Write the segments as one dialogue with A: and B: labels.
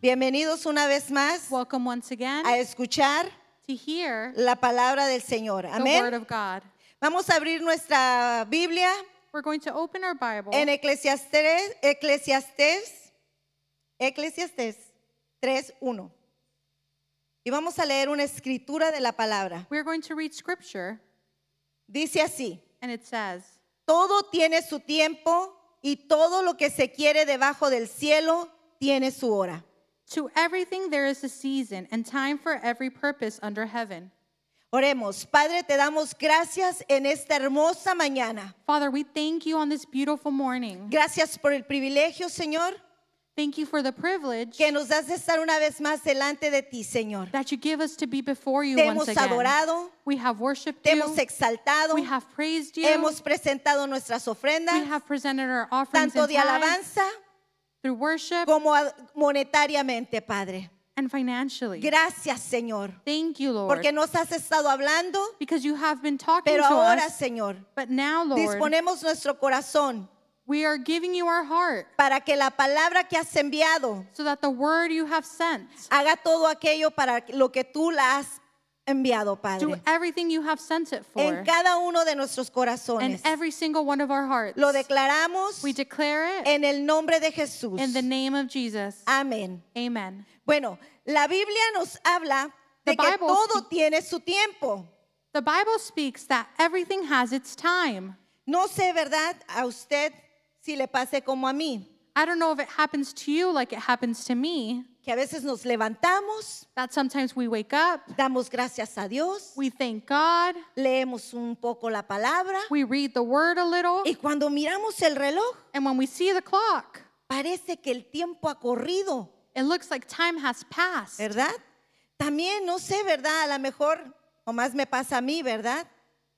A: Bienvenidos una vez más
B: Welcome once again
A: a escuchar
B: to hear
A: la palabra del Señor.
B: the Word
A: Amén.
B: of God.
A: Vamos a abrir nuestra Biblia
B: We're going to open our Bible
A: en Eclesiastés, Eclesiastés, Eclesiastés 3.1. Y vamos a leer una escritura de la palabra.
B: we're going to read Scripture,
A: Dice así,
B: and it says,
A: todo tiene su tiempo y todo lo que se quiere debajo del cielo tiene su hora.
B: To everything there is a season and time for every purpose under heaven.
A: Oremos, Padre, te damos gracias en esta hermosa mañana.
B: Father, we thank you on this beautiful morning.
A: Gracias por el privilegio, Señor,
B: Thank you for the privilege
A: que nos das de estar una vez más delante de ti, Señor.
B: that you give us to be before you
A: Te
B: once
A: hemos
B: again.
A: adorado,
B: we have worshiped
A: te
B: you.
A: hemos exaltado,
B: we have praised you.
A: hemos presentado nuestras
B: we
A: ofrendas,
B: have presented our offerings
A: tanto
B: and
A: de
B: tithes
A: alabanza
B: through worship
A: como a- monetariamente, Padre.
B: and financially.
A: Gracias, Señor,
B: Thank you, Lord,
A: porque nos has estado hablando,
B: because you have been talking
A: pero
B: to
A: ahora,
B: us.
A: Señor,
B: But now, Lord,
A: disponemos nuestro corazón
B: we are giving you our heart
A: para que la palabra que has enviado
B: so that the word you have sent,
A: haga todo aquello para lo que tú la has enviado,
B: do
A: Padre.
B: everything you have sent it for,
A: En cada uno de nuestros
B: and
A: corazones.
B: every single one of our hearts.
A: Lo declaramos
B: We declare it
A: en el nombre de Jesús.
B: in the name of Jesus.
A: Amén.
B: Amen.
A: Bueno, la Biblia nos habla de
B: The
A: que
B: Bible
A: todo
B: speak-
A: tiene su tiempo.
B: The Bible speaks that everything has its time.
A: No sé, ¿verdad? A usted si le pase como a mí,
B: I don't know if it happens to you like it happens to me,
A: que a veces nos levantamos,
B: that sometimes we wake up,
A: damos gracias a Dios,
B: we thank God,
A: leemos un poco la palabra
B: we read the word a little,
A: y cuando miramos el reloj,
B: and when we see the clock,
A: parece que el tiempo ha corrido,
B: it looks like time has passed.
A: ¿verdad? También no sé, ¿verdad? A lo mejor, o más me pasa a mí, ¿verdad?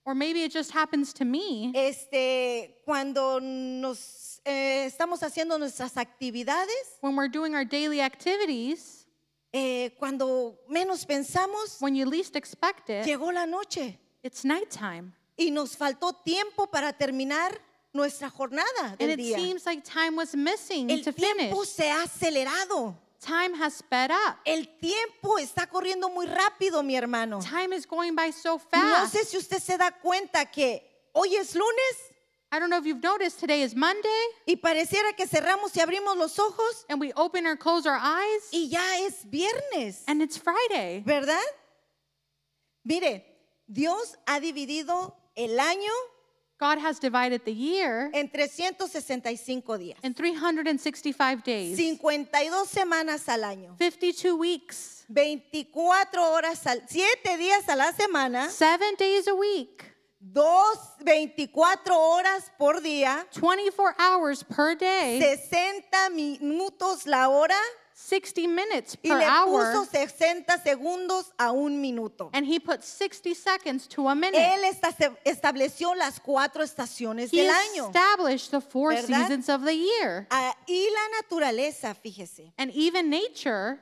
B: Or maybe it just happens to me.
A: este, cuando nos eh, estamos haciendo nuestras actividades,
B: when we're doing our daily activities,
A: eh, cuando menos pensamos,
B: when you least expect it,
A: llegó la noche
B: it's nighttime.
A: y nos faltó tiempo para terminar nuestra jornada
B: And
A: del
B: it
A: día.
B: seems like time was missing
A: El
B: to finish.
A: tiempo se ha acelerado.
B: Time has sped up.
A: El tiempo está corriendo muy rápido, mi hermano.
B: Time is going by so
A: No
B: fast.
A: sé si usted se da cuenta que hoy es lunes
B: I don't know if you've noticed, today is Monday,
A: y pareciera que cerramos y abrimos los ojos
B: and we open or close our eyes,
A: y ya es viernes.
B: and it's Friday.
A: ¿Verdad? Mire, Dios ha dividido el año
B: God has divided the year
A: en 365 días.
B: in 365 days,
A: 52 semanas al año.
B: 52 weeks,
A: 24 horas al 7 días a la semana,
B: seven days a week,
A: dos 24 horas por día,
B: 24 hours per day,
A: 60 minutos la hora
B: 60 minutes
A: y
B: per
A: le
B: hour.
A: puso 60 segundos a un minuto.
B: And he put 60 seconds to a minute.
A: Él esta- estableció las cuatro estaciones
B: He
A: del año.
B: established the four
A: ¿Verdad?
B: seasons of the year.
A: Ah, y la naturaleza, fíjese,
B: And even nature,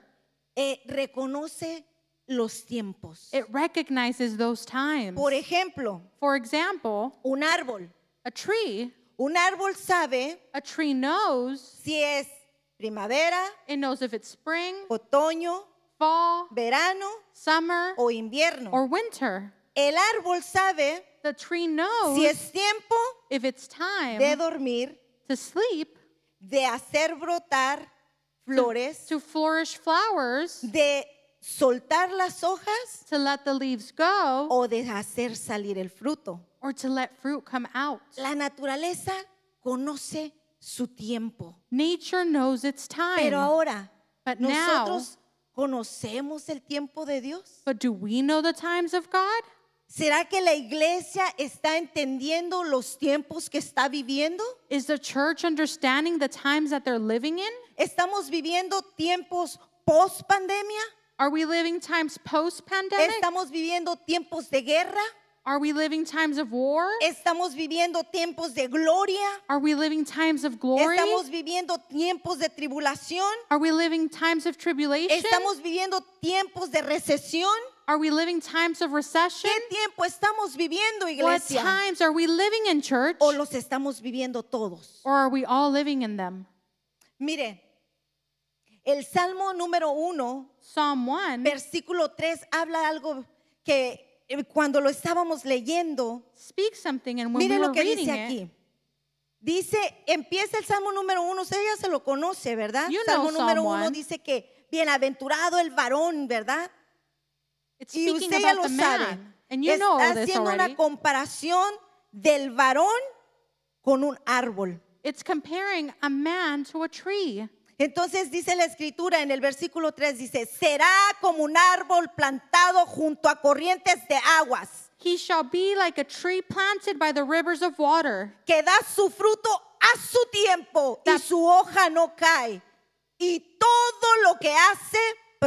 A: eh, reconoce los tiempos.
B: it recognizes those times.
A: Por ejemplo,
B: For example,
A: un árbol.
B: a tree,
A: Un árbol sabe
B: a tree knows,
A: si es primavera,
B: it knows if it's spring,
A: otoño,
B: fall,
A: verano
B: summer,
A: o invierno.
B: or winter.
A: El árbol sabe
B: The tree knows
A: si es tiempo
B: if it's time
A: de dormir,
B: to sleep,
A: de hacer brotar flores,
B: to flourish flowers,
A: de soltar las hojas
B: to let the leaves go,
A: o de hacer salir el fruto.
B: or to let fruit come out.
A: La naturaleza conoce su tiempo.
B: Nature knows its
A: Pero
B: time.
A: ahora,
B: But now-
A: ¿nosotros conocemos el tiempo de Dios?
B: But do we know the times of God?
A: ¿Será que la iglesia está entendiendo los tiempos que está viviendo?
B: Is the church understanding the times that they're living in?
A: ¿Estamos viviendo tiempos post pandemia?
B: Are we living times post pandemic?
A: ¿Estamos viviendo tiempos de guerra?
B: Are we living times of war?
A: ¿Estamos viviendo tiempos de gloria?
B: Are we living times of glory?
A: ¿Estamos viviendo tiempos de tribulación?
B: Are we living times of tribulation?
A: ¿Estamos viviendo tiempos de recesión?
B: Are we living times of recession?
A: ¿Qué tiempo estamos viviendo,
B: What
A: iglesia?
B: times are we living in church?
A: o los estamos viviendo todos.
B: Or are we all living in them?
A: Mire, El Salmo número 1,
B: Psalm 1,
A: versículo 3, habla algo que eh, cuando lo estábamos leyendo,
B: speaks something, and when
A: mire
B: we
A: lo
B: were
A: que
B: reading
A: dice
B: it,
A: aquí. Dice, empieza el Salmo número 1, usted ya se lo conoce, ¿verdad?
B: You know
A: Salmo número 1
B: Psalm one.
A: dice que bienaventurado el varón, ¿verdad?
B: it's
A: Y
B: speaking
A: usted ya
B: about
A: lo
B: the
A: sabe.
B: man. And you
A: Está
B: know all this
A: haciendo
B: already.
A: una comparación del varón con un árbol.
B: It's comparing a man to a tree.
A: Entonces dice la escritura en el versículo 3, dice, será como un árbol plantado junto a corrientes de aguas,
B: He shall be like a tree planted by the rivers of water.
A: que da su fruto a su tiempo y
B: That-
A: su hoja no cae, y todo lo que hace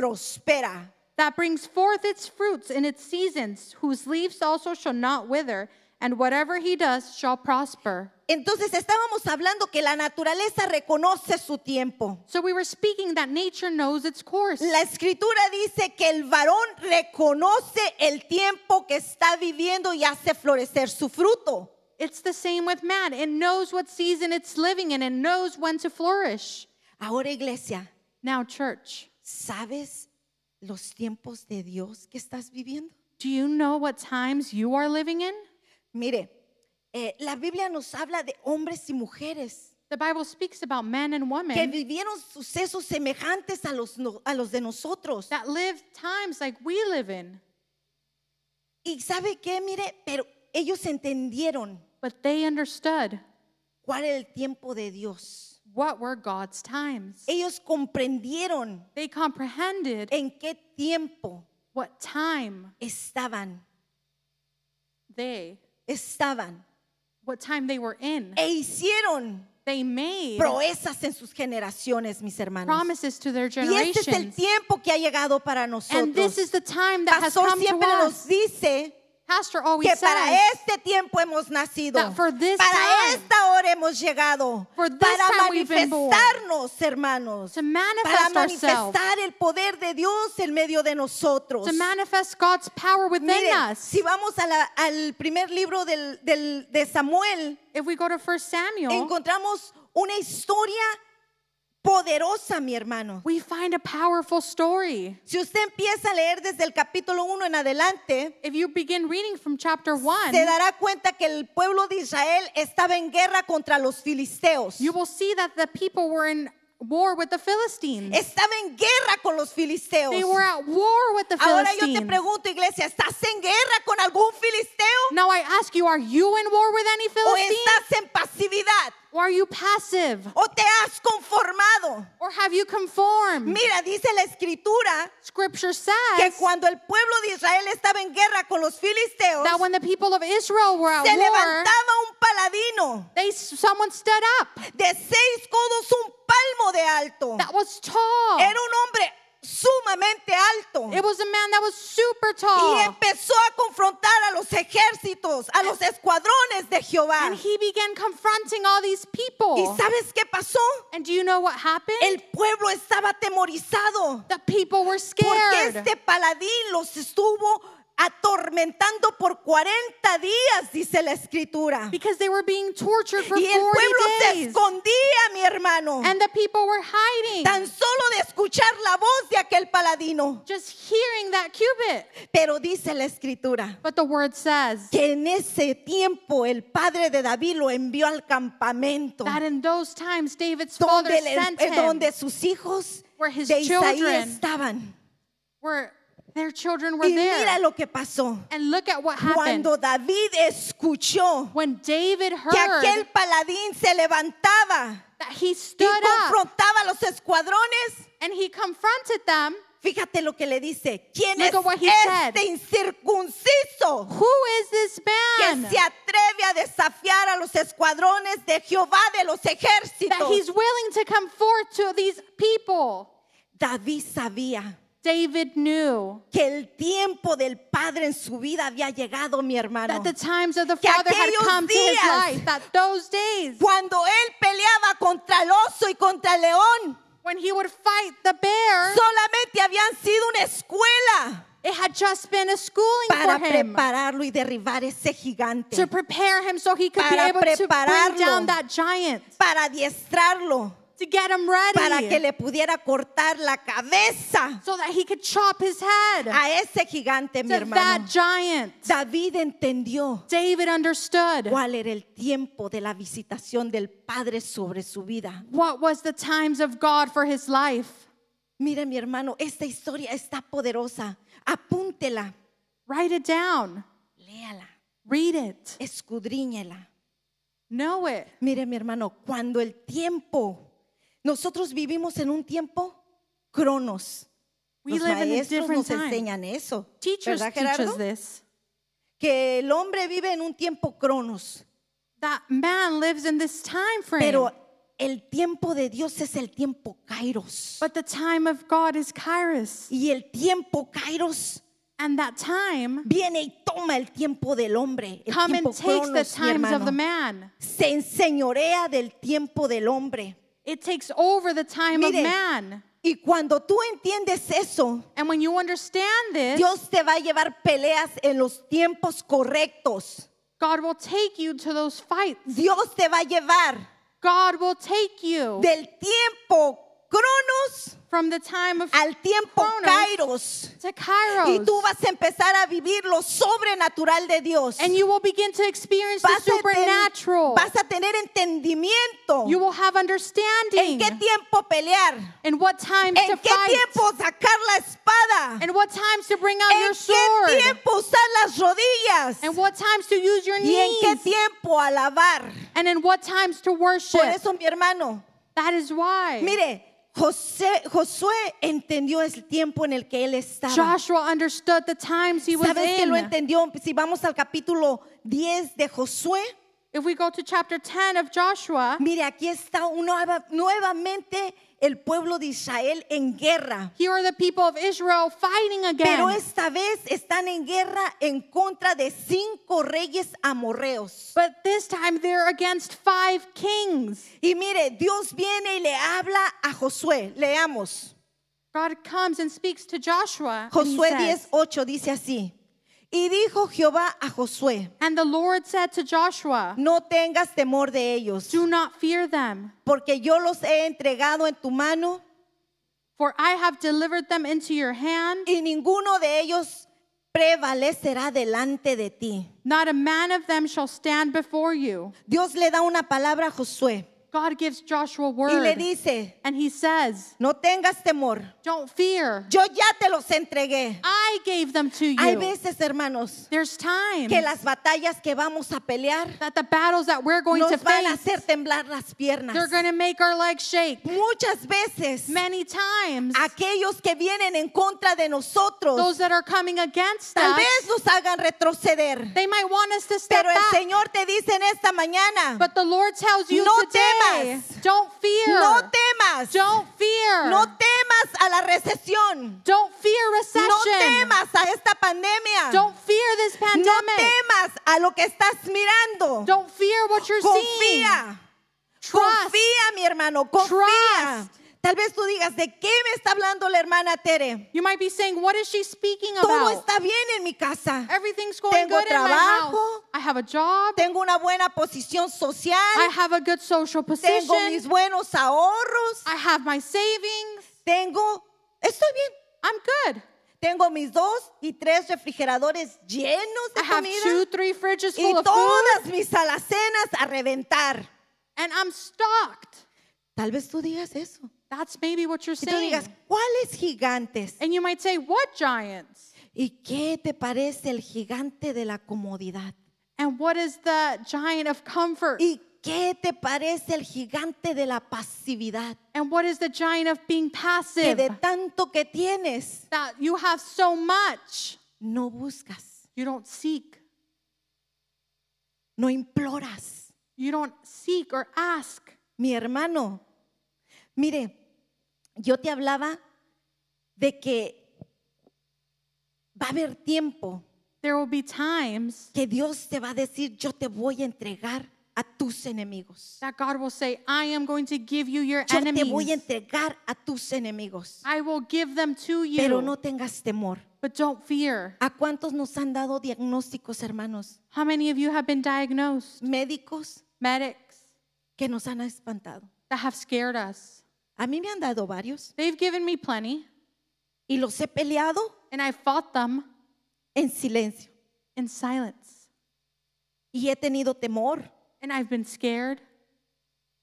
A: prospera.
B: that brings forth its fruits in its seasons, whose leaves also shall not wither, and whatever he does shall prosper.
A: Entonces estábamos hablando que la naturaleza reconoce su tiempo.
B: So we were speaking that nature knows its course.
A: La escritura dice que el varón reconoce el tiempo que está viviendo y hace florecer su fruto.
B: It's the same with man. It knows what season it's living in and knows when to flourish.
A: Ahora iglesia,
B: Now, church,
A: ¿Sabes los tiempos de Dios que estás viviendo?
B: do you know what times you are living in?
A: Mire, eh, la Biblia nos habla de hombres y mujeres
B: The Bible speaks about men and
A: que
B: women
A: vivieron sucesos semejantes a los, no- a los de nosotros.
B: that live times like we live in,
A: Y sabe qué, mire, pero ellos entendieron
B: but they understood
A: cuál era el tiempo de Dios.
B: what were God's times.
A: Ellos comprendieron
B: They comprehended
A: en qué tiempo
B: what time
A: estaban,
B: they
A: estaban,
B: what time they were in
A: e hicieron
B: they made
A: proezas en sus generaciones, mis hermanos.
B: promises to their
A: Y este es el
B: generations
A: tiempo que ha llegado para nosotros.
B: and this is the time that has
A: Pastor
B: come to
A: siempre nos
B: us
A: dice
B: pastor
A: que
B: always
A: para
B: says
A: este tiempo hemos nacido,
B: that for this
A: para
B: time-
A: esta hora hemos llegado,
B: For this
A: para
B: time we've been born.
A: manifestarnos, hermanos,
B: to
A: para
B: manifest ourselves
A: manifestar el poder de Dios en medio de nosotros.
B: to manifest God's power within
A: Mire,
B: us
A: si vamos a la- al primer libro del- del- de Samuel,
B: if we go to 1 Samuel
A: encontramos una historia poderosa, mi hermano.
B: we find a powerful story
A: Si usted empieza a leer desde el capítulo 1 en adelante,
B: if you begin reading from chapter 1
A: se dará cuenta que el pueblo de Israel estaba en guerra contra los filisteos.
B: you will see that the people were in war with the Philistines
A: Estaba en guerra con los filisteos.
B: they were at war with the
A: Ahora yo te
B: Philistines
A: pregunto, iglesia, ¿estás en guerra con algún filisteo?
B: Now I ask you, are you in war with any
A: ¿O
B: Philistine?
A: estás en pasividad?
B: Or are you passive?
A: ¿O te has conformado?
B: Or have you conformed?
A: Mira, dice la escritura
B: Scripture
A: que
B: says
A: cuando el pueblo de Israel estaba en guerra con los filisteos,
B: that when the people of Israel were at
A: se
B: war,
A: levantaba un paladino
B: they someone stood up
A: de seis codos, un palmo de alto.
B: that was tall.
A: Era un hombre sumamente alto.
B: It was a man that was super
A: Y
B: tall.
A: empezó a confrontar a los ejércitos, a los escuadrones de Jehová.
B: And he began confronting all these
A: ¿Y
B: people.
A: sabes qué pasó?
B: And do you know what happened?
A: El pueblo estaba atemorizado
B: The people were
A: porque
B: scared
A: este paladín los estuvo atormentando por 40 días, dice la escritura.
B: because they were being tortured for
A: Y el
B: 40
A: pueblo se
B: days.
A: escondía, mi hermano,
B: And the people were hiding,
A: tan solo de escuchar la voz de aquel paladino.
B: just hearing that cubit.
A: Pero dice la escritura
B: But the word says
A: que en ese tiempo el padre de David lo envió al campamento.
B: that in those times David's father
A: donde, le-
B: sent
A: eh,
B: him
A: donde sus hijos
B: where his
A: de Isaí
B: children
A: estaban.
B: where their children were
A: Y mira
B: there.
A: lo que pasó.
B: And look at what happened.
A: Cuando David escuchó
B: When David
A: que
B: heard
A: aquel paladín se levantaba
B: that he
A: y
B: stood up
A: confrontaba a los escuadrones,
B: and he confronted them,
A: fíjate lo que le dice, ¿quién
B: Look
A: es
B: at what he
A: este
B: said.
A: incircunciso
B: who is this
A: que
B: man
A: se atreve a desafiar a los escuadrones de Jehová de los
B: that he's
A: ejércitos?
B: willing to come forth to these people?
A: David sabía
B: David knew
A: que el tiempo del Padre en su vida había llegado, mi hermano.
B: that the times of the
A: Que
B: Father had
A: aquellos
B: come to his
A: días-
B: life, that those days
A: Cuando él peleaba contra el oso y contra el león,
B: when he would fight the bear,
A: solamente habían sido una escuela
B: it had just been a schooling
A: para
B: for him.
A: prepararlo y derribar ese gigante,
B: to prepare him so he could be
A: Para
B: able to bring
A: prepararlo.
B: down that giant,
A: para adiestrarlo,
B: to to get him ready
A: para que le pudiera cortar la cabeza
B: so that he could chop his head
A: a ese gigante, mi
B: to
A: hermano.
B: that giant.
A: David entendió
B: David understood
A: cuál era el tiempo de la visitación del Padre sobre su vida.
B: what was the times of God for his life.
A: Mira, mi hermano, esta historia está poderosa. Apúntela,
B: Write it down.
A: léala,
B: Read it.
A: escudriñela.
B: Know it.
A: Mire, mi hermano, cuando el tiempo, nosotros vivimos en un tiempo cronos.
B: We
A: Los
B: live in a
A: maestros
B: different
A: nos
B: time.
A: enseñan eso.
B: Teachers
A: ¿Verdad,
B: teach us
A: Gerardo?
B: this.
A: Que el hombre vive en un tiempo cronos,
B: That man lives in this time frame.
A: pero el tiempo de Dios es el tiempo kairos.
B: but the time of God is Kairos.
A: Y el tiempo kairos
B: And that time
A: viene y toma el tiempo del hombre. El
B: come
A: tiempo
B: and takes
A: cronos,
B: the
A: mi
B: times of the
A: hermano.
B: man.
A: Se enseñorea del tiempo del hombre.
B: It takes over the time of
A: Mire.
B: man.
A: Y cuando tú entiendes eso,
B: And when you understand this,
A: Dios te va a llevar peleas en los tiempos correctos.
B: God will take you to those fights.
A: Dios te va a llevar
B: God will take you
A: del tiempo cronos
B: from the time of
A: al tiempo
B: Cronos.
A: kairos.
B: to Kairos.
A: Y tú vas a empezar a vivir lo sobrenatural de Dios.
B: and you will begin to experience the
A: Vas a, ten-
B: supernatural.
A: vas a tener entendimiento
B: You will have understanding
A: en qué tiempo pelear,
B: in what times to
A: en qué
B: fight,
A: tiempo sacar la espada,
B: and what times to bring out your
A: en
B: sword,
A: qué tiempo usar las rodillas
B: and what times to use your
A: y en qué
B: knees,
A: tiempo alabar.
B: and in what times to worship.
A: Por eso, mi hermano,
B: that is why
A: Mire, José, Josué entendió el tiempo en el que él estaba.
B: Joshua understood the times he was
A: ¿Sabes que
B: in.
A: lo entendió? Si vamos al capítulo 10 de Josué,
B: if we go to chapter 10 of Joshua,
A: mire, aquí está un- nueva- nuevamente el pueblo de Israel en guerra.
B: here are the people of Israel fighting again.
A: Pero esta vez están en guerra en contra de cinco reyes amorreos.
B: but this time they're against five kings.
A: Y mire, Dios viene y le habla a Josué. Leamos.
B: God comes and speaks to Joshua. and he
A: Josué
B: says,
A: 10:8 dice así. Y dijo Jehová a Josué,
B: And the Lord said to Joshua,
A: No tengas temor de ellos,
B: Do not fear them,
A: porque yo los he entregado en tu mano
B: for I have delivered them into your hand.
A: y ninguno de ellos prevalecerá delante de ti.
B: Not a man of them shall stand before you.
A: Dios le da una palabra a Josué
B: God gives Joshua
A: y le
B: word,
A: dice,
B: and he says,
A: no tengas temor,
B: Don't fear.
A: yo ya te los entregué.
B: I gave them to
A: Hay
B: you.
A: veces, hermanos,
B: There's time
A: que las batallas que vamos a pelear
B: that the battles that we're going to
A: nos van a
B: face,
A: hacer temblar las
B: they're
A: piernas.
B: going to make our legs shake.
A: Muchas veces,
B: Many times,
A: aquellos que vienen en contra de nosotros,
B: those that are coming against
A: tal
B: us,
A: vez nos hagan retroceder.
B: they might want us to step
A: Pero el
B: back.
A: Señor te dice en esta mañana,
B: But the Lord tells you
A: No
B: today,
A: temas.
B: don't fear.
A: no temas,
B: Don't fear.
A: no temas a la recesión,
B: Don't fear recession.
A: no temas a esta pandemia,
B: Don't fear this pandemic.
A: no temas a lo que estás mirando.
B: Don't fear what you're seeing.
A: Confía,
B: Trust.
A: confía mi hermano, confía.
B: Trust.
A: Tal vez tú digas, ¿de qué me está hablando la hermana Tere?
B: You might be saying, what is she speaking
A: Todo
B: about?
A: está bien en mi casa,
B: Everything's going
A: Tengo
B: good in my house.
A: trabajo.
B: I have a job.
A: tengo una buena posición social,
B: I have a good social position.
A: tengo mis buenos ahorros,
B: I have my savings.
A: tengo, estoy bien.
B: I'm good.
A: Tengo mis dos y tres refrigeradores llenos de
B: I have
A: comida
B: two, three fridges
A: y
B: full of food.
A: todas mis alacenas a reventar.
B: And I'm stocked.
A: Tal vez tú digas eso.
B: That's maybe what you're
A: Y tú
B: saying.
A: digas, ¿cuáles gigantes?
B: And you might say, what giants?
A: ¿Y qué te parece el gigante de la comodidad?
B: And what is the giant of comfort?
A: ¿Y qué te parece el gigante de la pasividad?
B: And what is the giant of being
A: Que
B: passive?
A: de tanto que tienes,
B: That you have so much,
A: no buscas,
B: you don't seek.
A: no imploras.
B: You don't seek or ask.
A: Mi hermano, mire, yo te hablaba de que va a haber tiempo
B: There will be times
A: que Dios te va a decir, yo te voy a entregar a tus enemigos.
B: that God will say, I am going to give you your
A: Yo te voy a
B: enemies.
A: entregar a tus enemigos.
B: I will give them to you.
A: Pero no tengas temor.
B: but don't fear.
A: ¿A cuántos nos han dado diagnósticos, hermanos?
B: How many of you have been diagnosed?
A: Médicos
B: Medics
A: que nos han espantado.
B: that have scared us.
A: A mí me han dado varios
B: They've given me plenty,
A: y los he peleado
B: and I fought them
A: en silencio.
B: in silence.
A: Y he tenido temor,
B: And I've been scared,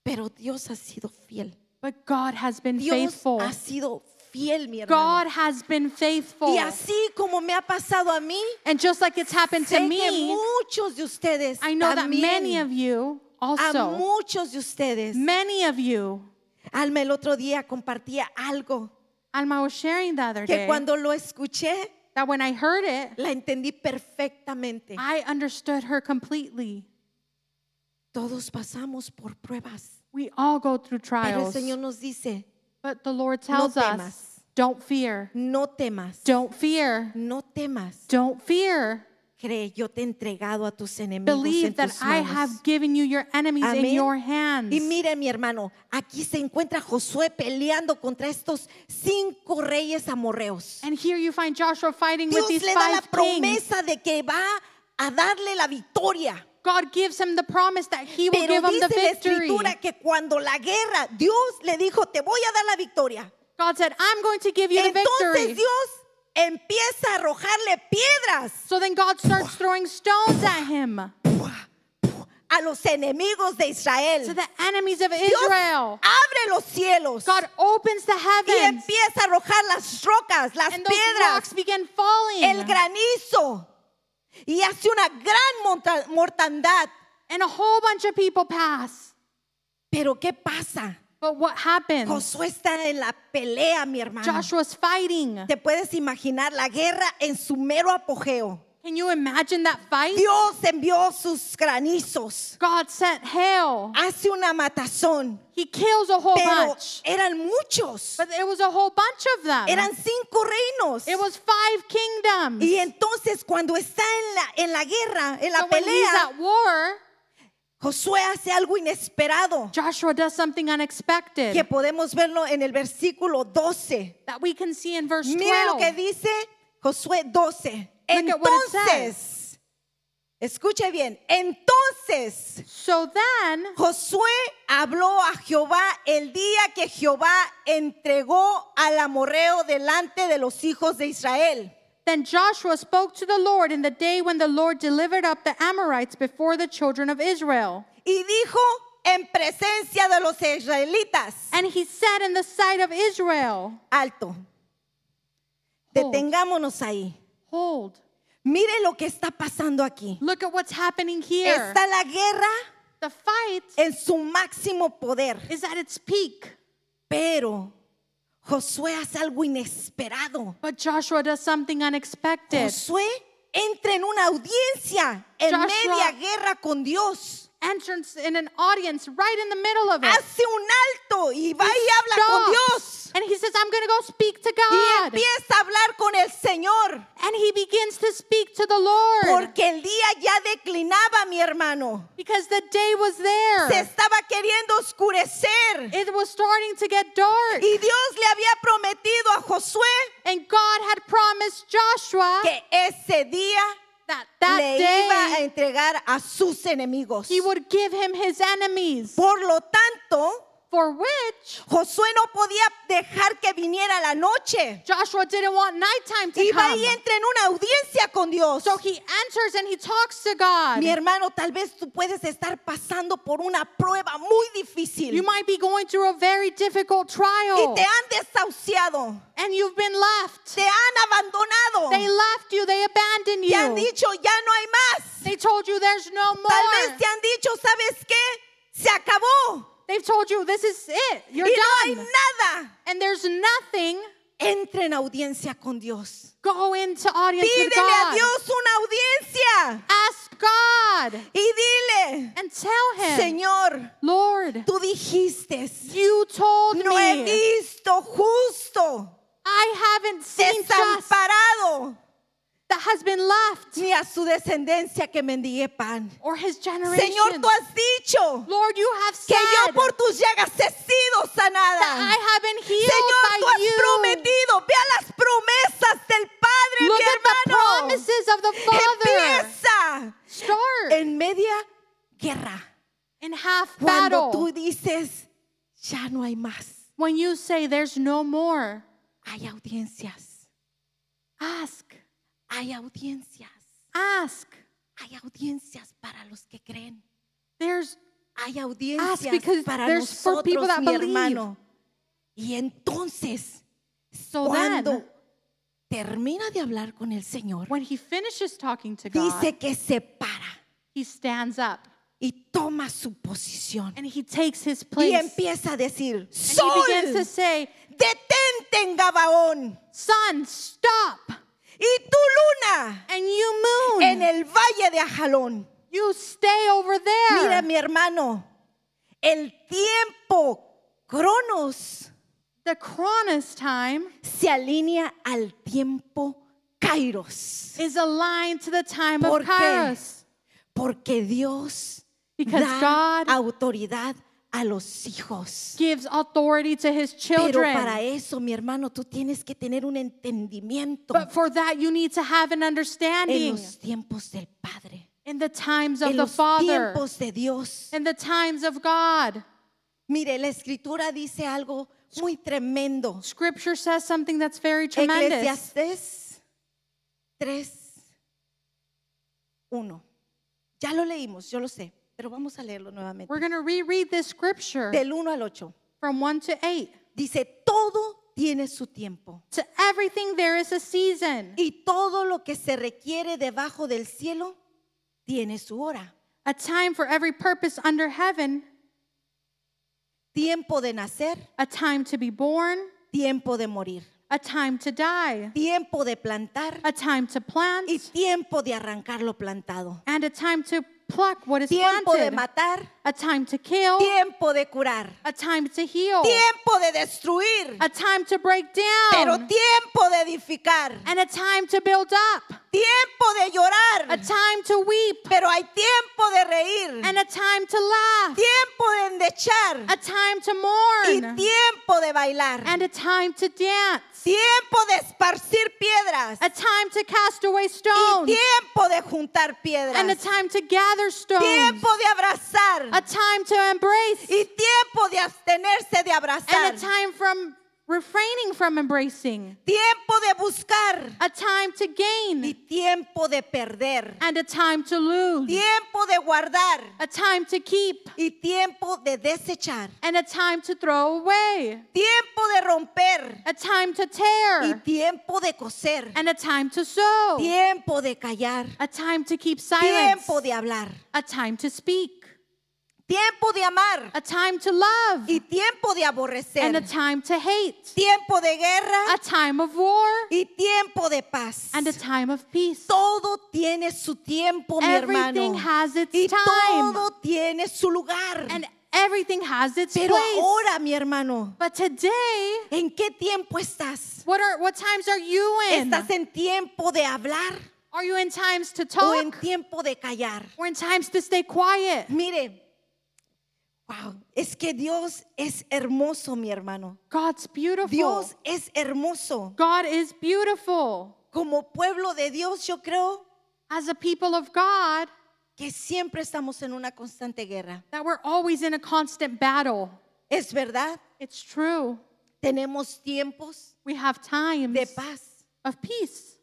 A: pero Dios ha sido fiel.
B: but God has been
A: Dios
B: faithful.
A: ha sido fiel, mi hermano.
B: God has been faithful.
A: Y así como me ha pasado a mí,
B: And just like it's happened to
A: sé que
B: me,
A: muchos de ustedes
B: I know that
A: también, Ah,
B: many of you
A: a
B: also,
A: muchos de ustedes.
B: many of you,
A: Alma el otro día compartía algo
B: Alma was sharing the other
A: que
B: day
A: cuando lo escuché
B: that when I heard it,
A: la entendí perfectamente.
B: I understood her completely.
A: Todos pasamos por pruebas,
B: We all go through
A: pero el
B: trials,
A: Señor nos dice,
B: but the Lord tells
A: temas.
B: us, don't fear,
A: no temas,
B: don't fear,
A: no temas.
B: don't fear.
A: Cree, yo te he entregado a tus enemigos en
B: Believe that
A: tus
B: I
A: manos.
B: have given you your enemies in
A: Amén.
B: your hands.
A: Y mire mi hermano, aquí se encuentra Josué peleando contra estos cinco reyes amorreos.
B: And here you find Joshua fighting
A: Dios
B: with these
A: le da la
B: five kings.
A: promesa de que va a darle la victoria.
B: God gives him the promise that he will
A: Pero
B: give him the
A: dice la
B: victory.
A: escritura que cuando la guerra, Dios le dijo, te voy a dar la victoria.
B: God said, I'm going to give you the
A: Entonces
B: victory.
A: Dios empieza a arrojarle piedras
B: So then God starts throwing stones at him
A: a los enemigos de
B: to
A: Israel.
B: the enemies of
A: Dios
B: Israel.
A: abre los cielos
B: God opens the
A: y
B: heavens
A: empieza a arrojar las rocas, las
B: and those
A: piedras,
B: rocks begin
A: el
B: falling
A: granizo y hace una gran monta- mortandad.
B: and a whole bunch of people pass.
A: Pero ¿qué pasa?
B: But what happens?
A: Josué está en la pelea, mi hermano.
B: Joshua's fighting.
A: Te puedes imaginar la guerra en su mero apogeo.
B: Can you imagine that fight?
A: Dios envió sus granizos,
B: God sent hail.
A: hace una matazón,
B: He kills a whole
A: pero
B: bunch.
A: eran muchos,
B: But it was a whole bunch of them.
A: eran cinco reinos.
B: It was five kingdoms.
A: Y entonces cuando está en la, en la guerra, en la
B: So when he's
A: pelea,
B: at war,
A: Josué hace algo inesperado
B: Joshua does something unexpected
A: que podemos verlo en el versículo 12.
B: that we can see in verse
A: Mira lo
B: 12.
A: que dice Josué 12.
B: Look at what it
A: Entonces, escuche bien, entonces
B: So then
A: Josué habló a Jehová el día que Jehová entregó al amorreo delante de los hijos de Israel.
B: then Joshua spoke to the Lord in the day when the Lord delivered up the Amorites before the children of Israel.
A: Y dijo en presencia de los israelitas,
B: And he said in the sight of Israel, Oh.
A: alto, detengámonos ahí.
B: Hold,
A: Mire lo que está pasando aquí.
B: look at what's happening here.
A: Está la guerra
B: The fight
A: en su máximo poder.
B: is at its peak,
A: Pero Josué hace algo inesperado.
B: but Joshua does something unexpected.
A: Josué entra en una audiencia en
B: Joshua-
A: media guerra con Dios.
B: Entrance in an audience right in the middle of it.
A: Hace un alto y va y habla con
B: Stops.
A: Dios.
B: And he says, I'm going to go speak to
A: Y
B: God.
A: empieza a hablar con el Señor.
B: And he begins to speak to the Lord
A: Porque el día ya declinaba, mi hermano.
B: because the day was
A: Se
B: there.
A: estaba queriendo oscurecer.
B: It was starting to get dark.
A: Y Dios le había prometido a Josué
B: And God had promised Joshua
A: que ese día
B: that
A: le iba
B: that
A: a
B: day
A: entregar a sus enemigos.
B: he would give him his enemies.
A: Por lo tanto,
B: For which
A: Josué no podía dejar que viniera la noche.
B: Joshua didn't want nighttime to
A: Iba
B: come.
A: y entra en una audiencia con Dios.
B: So he enters and he talks to God.
A: Mi hermano, tal vez tú puedes estar pasando por una prueba muy difícil
B: You might be going through a very difficult
A: y
B: trial
A: te han desahuciado,
B: and you've been left.
A: te han
B: They
A: abandonado,
B: left you, they abandoned
A: te han
B: you.
A: dicho ya no hay más.
B: They told you there's no
A: Tal
B: more.
A: vez te han dicho, ¿sabes qué? Se acabó
B: They've told you this is it. You're
A: y no hay
B: done.
A: nada.
B: And there's nothing.
A: Entra en audiencia con Dios.
B: Go into audience with
A: Pídele a
B: God.
A: Dios una audiencia
B: Ask God
A: y dile,
B: and tell him,
A: Señor,
B: Lord,
A: tú dijiste,
B: you told
A: no he
B: me
A: visto justo
B: I haven't seen just
A: desamparado
B: that has been left
A: ni a su descendencia que mendigue pan.
B: or his generation.
A: Señor, tú has dicho
B: Lord, you have
A: que
B: said
A: yo por tus llagas he sido
B: that I
A: sanada.
B: have been healed
A: Señor, tú
B: by
A: has
B: you.
A: prometido, vea las promesas del Padre,
B: Look at the
A: mi hermano.
B: promises of the Father.
A: Empieza
B: Start
A: en media guerra.
B: in half
A: Cuando
B: battle.
A: tú dices, ya no hay más.
B: When you say there's no more,
A: Hay audiencias,
B: ask,
A: hay audiencias,
B: ask.
A: hay audiencias para los que creen.
B: There's
A: Hay audiencias
B: Ask because
A: para
B: there's for
A: nosotros,
B: people that
A: mi
B: believe.
A: hermano. Y entonces,
B: so
A: cuando
B: then
A: termina de hablar con el Señor,
B: when he finishes talking to God,
A: dice que se para
B: he stands up
A: y toma su posición.
B: and he takes his
A: Y
B: place.
A: empieza a decir,
B: And
A: Sol,
B: he begins to say,
A: detente en Gabaón
B: Sun, stop.
A: y tu luna
B: And you moon,
A: en el valle de Ajalón.
B: you stay over there.
A: Mira mi hermano, el tiempo Cronos
B: the Cronus time
A: se alinea al tiempo Kairos.
B: is aligned to the time
A: ¿Por
B: of
A: qué?
B: Kairos.
A: Porque Dios
B: Because
A: da
B: God-
A: autoridad a los hijos.
B: Gives authority to his
A: Pero
B: children.
A: para eso, mi hermano, tú tienes que tener un entendimiento
B: But for that, you need to have an
A: en
B: understanding
A: los tiempos del Padre,
B: in the times of
A: en
B: the
A: los
B: Father,
A: tiempos de Dios.
B: in the times of God.
A: Mire, la Escritura dice algo muy tremendo.
B: Scripture says something that's very tremendous.
A: Eclesiastés 3, 1. Ya lo leímos, yo lo sé, pero vamos a leerlo nuevamente.
B: We're going to reread this scripture
A: Del 1 al 8.
B: from 1 to 8.
A: Dice, todo tiene su tiempo.
B: To everything there is a season,
A: Y todo lo que se requiere debajo del cielo tiene su hora.
B: a time for every purpose under heaven,
A: Tiempo de nacer,
B: a time to be born,
A: tiempo de morir,
B: a time to die,
A: tiempo de plantar
B: a time to
A: y
B: plant,
A: tiempo de arrancar lo plantado.
B: and a time to pluck what is
A: Tiempo de
B: planted,
A: matar,
B: a time to kill,
A: tiempo de curar,
B: a time to heal,
A: tiempo de destruir,
B: a time to break
A: pero
B: down,
A: tiempo de edificar,
B: and a time to build up,
A: tiempo de
B: a
A: llorar,
B: time to weep,
A: pero hay tiempo de reír,
B: and a time to laugh,
A: tiempo de endechar
B: a time to
A: y
B: mourn,
A: tiempo de bailar.
B: and a time to dance,
A: Tiempo de esparcir piedras.
B: a time to cast away
A: Y
B: stones,
A: tiempo de juntar piedras.
B: and a time to gather stones,
A: Tiempo de abrazar.
B: a time to embrace,
A: Y tiempo de abstenerse de abrazar.
B: and a time from refraining from embracing,
A: Tiempo de buscar.
B: a time to
A: Y
B: gain,
A: tiempo de perder.
B: and a time to lose,
A: Tiempo de guardar.
B: a time to keep,
A: Y tiempo de desechar.
B: and a time to throw away,
A: Tiempo de romper.
B: a time to
A: Y
B: tear,
A: tiempo de coser.
B: and a time to sow,
A: Tiempo de callar.
B: a time to keep silence,
A: Tiempo de hablar.
B: a time to speak,
A: Tiempo de amar.
B: a time to love,
A: Y tiempo de
B: and a
A: aborrecer.
B: time to hate,
A: Tiempo de guerra.
B: a time of war,
A: y tiempo de paz.
B: and a time of peace.
A: Todo tiene su tiempo, mi hermano.
B: Everything has its
A: Y
B: time,
A: todo tiene su lugar.
B: and everything has its
A: Pero
B: place.
A: ahora, mi hermano,
B: But today,
A: ¿en qué tiempo estás?
B: what are what times are you in?
A: ¿Estás en tiempo de hablar
B: Are you in times to
A: o en
B: talk
A: tiempo de callar?
B: or in times to stay quiet?
A: Mire, wow, es que Dios es hermoso, mi hermano.
B: God's beautiful.
A: Dios es hermoso.
B: God is beautiful.
A: Como pueblo de Dios, yo creo
B: As a people of God,
A: que siempre estamos en una constante guerra.
B: that we're always in a constant battle.
A: Es verdad,
B: It's true.
A: tenemos tiempos
B: We have times
A: de paz,
B: of peace,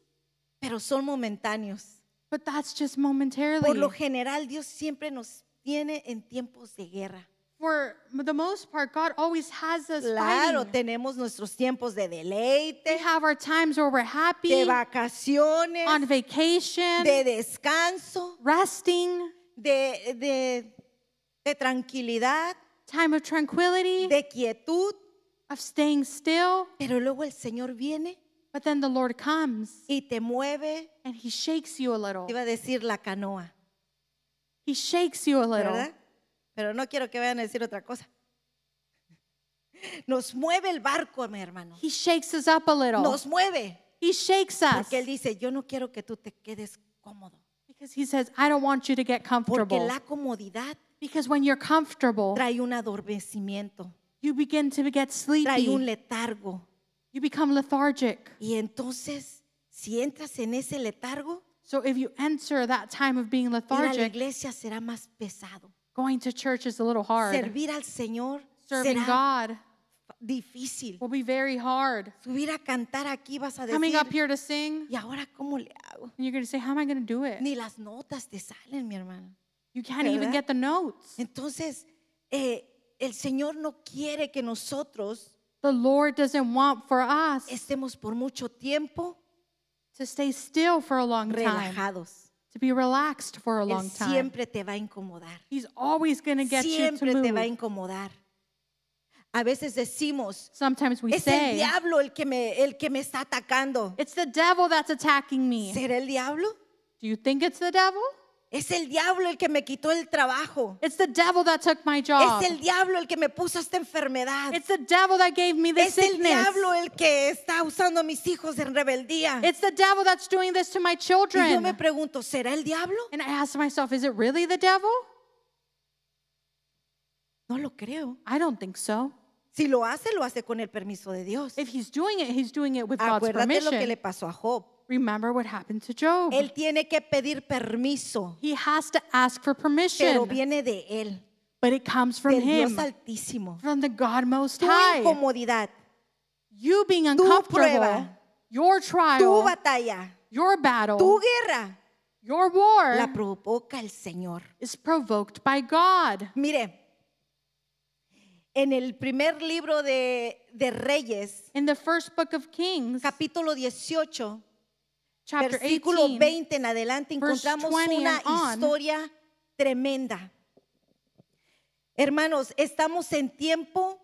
A: pero son momentáneos.
B: but that's just
A: Por lo
B: momentarily.
A: general, Dios siempre nos tiene en tiempos de guerra.
B: For the most part, God always has us
A: Claro,
B: fighting.
A: tenemos nuestros tiempos de
B: We
A: deleite,
B: have our times where we're happy,
A: de vacaciones,
B: on vacation,
A: de descanso,
B: resting,
A: de, de, de tranquilidad,
B: time of tranquility,
A: de quietud.
B: of staying still.
A: Pero luego el Señor viene
B: But then the Lord comes
A: y te mueve,
B: and He shakes you a little.
A: iba a decir la canoa,
B: He shakes you a little.
A: ¿verdad? Pero no quiero que vayan a decir otra cosa. Nos mueve el barco, mi hermano.
B: He shakes us up a little.
A: Nos mueve.
B: He shakes us
A: Porque él dice, yo no quiero que tú te quedes cómodo.
B: because He says, I don't want you to get
A: Porque
B: comfortable.
A: la comodidad
B: Because when you're comfortable,
A: trae un adormecimiento,
B: you begin to get
A: trae un
B: sleepy,
A: letargo.
B: you become lethargic.
A: Y entonces, si entras en ese letargo,
B: So if you enter that time of being
A: ir a la
B: lethargic,
A: iglesia será más pesado.
B: going to church is a little hard.
A: Servir al Señor
B: Serving
A: Será.
B: God
A: difícil.
B: will be very hard.
A: Subir a cantar aquí vas a
B: Coming up
A: decir,
B: here to sing,
A: ¿y ahora cómo le hago?
B: and you're going to say, How am I going to do it?
A: Ni las notas te salen, mi hermano.
B: You can't even
A: ¿Verdad?
B: get the notes.
A: Entonces, eh, el Señor no quiere que nosotros
B: The Lord doesn't want for us
A: estemos por mucho tiempo
B: to stay still for a long time,
A: relajados.
B: to be relaxed for a long
A: Él
B: time.
A: siempre te va a incomodar.
B: He's always going to get you to
A: Siempre te va a
B: move.
A: incomodar. A veces decimos,
B: Sometimes we
A: es el
B: say,
A: diablo el que me, el que me está atacando.
B: It's the devil that's attacking me.
A: ¿Será el diablo?
B: Do you think it's the devil?
A: Es el diablo el que me quitó el trabajo.
B: It's the devil that took my job.
A: Es el diablo el que me puso esta enfermedad.
B: It's the devil that gave me
A: Es
B: this
A: el
B: sickness.
A: diablo el que está usando a mis hijos en rebeldía.
B: It's the devil that's doing this to my
A: Y yo me
B: children.
A: pregunto, ¿será el diablo?
B: And I ask myself, is it really the devil?
A: No lo creo.
B: I don't think so.
A: Si lo hace, lo hace con el permiso de Dios.
B: If he's doing it, he's doing it with God's
A: Acuérdate lo que
B: permission.
A: le pasó a Job.
B: Remember what happened to Job.
A: Él tiene que pedir permiso,
B: He has to ask for
A: pero
B: permission,
A: viene de él,
B: but it comes from
A: del Dios
B: him,
A: altísimo.
B: from the God Most
A: Tu
B: High.
A: incomodidad,
B: You being
A: tu
B: uncomfortable,
A: prueba,
B: your
A: tu
B: trial,
A: batalla,
B: your
A: tu
B: battle,
A: guerra,
B: your war
A: la provoca el Señor.
B: is provoked by God.
A: Mire, en el primer libro de, de Reyes,
B: In the first book of Kings,
A: capítulo 18,
B: chapter
A: versículo
B: 18,
A: 20 en adelante
B: verse
A: encontramos
B: 20
A: una
B: and on.
A: historia tremenda. Hermanos, estamos en tiempo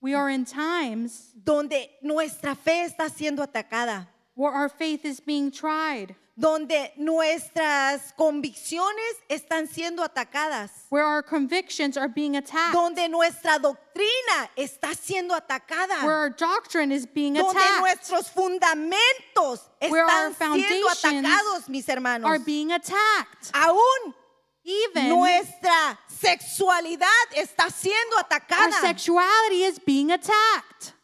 B: we are in times
A: donde nuestra fe está siendo atacada,
B: where our faith is being tried,
A: donde nuestras convicciones están siendo atacadas,
B: where our convictions are being attacked,
A: donde nuestra doctrina está siendo atacada,
B: where our doctrine is being
A: donde
B: attacked,
A: nuestros fundamentos
B: Where our
A: están siendo
B: foundations
A: atacados, mis hermanos.
B: are being attacked.
A: Aún
B: Even
A: nuestra sexualidad está siendo
B: our
A: atacada.
B: sexuality is being attacked.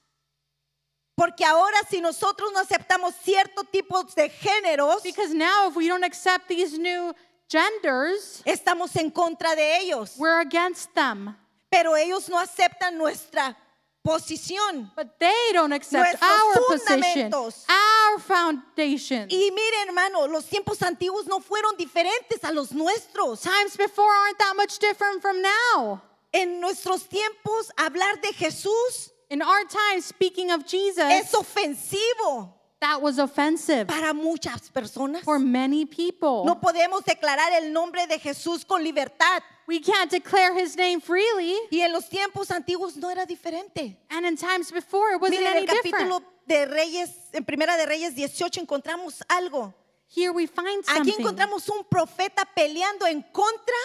A: Porque ahora si nosotros no aceptamos cierto tipo de géneros,
B: Because now, if we don't accept these new genders,
A: estamos en contra de ellos.
B: we're against them.
A: Pero ellos no aceptan nuestra posición.
B: But they don't accept
A: Nuestros
B: our position,
A: fundamentos.
B: our foundation.
A: Y mire, hermano, los tiempos antiguos no fueron diferentes a los nuestros.
B: Times before aren't that much different from now.
A: En nuestros tiempos hablar de Jesús
B: In our time, speaking of Jesus,
A: es ofensivo
B: that was offensive
A: para muchas personas.
B: for many people.
A: No podemos declarar el nombre de Jesús con libertad.
B: We can't declare his name freely.
A: Y en los tiempos antiguos no era diferente.
B: And in times before, it wasn't
A: Miren, en
B: any
A: el capítulo
B: different.
A: de Reyes, en Primera de Reyes 18 encontramos algo.
B: Here we find
A: Aquí
B: something.
A: encontramos un profeta peleando en contra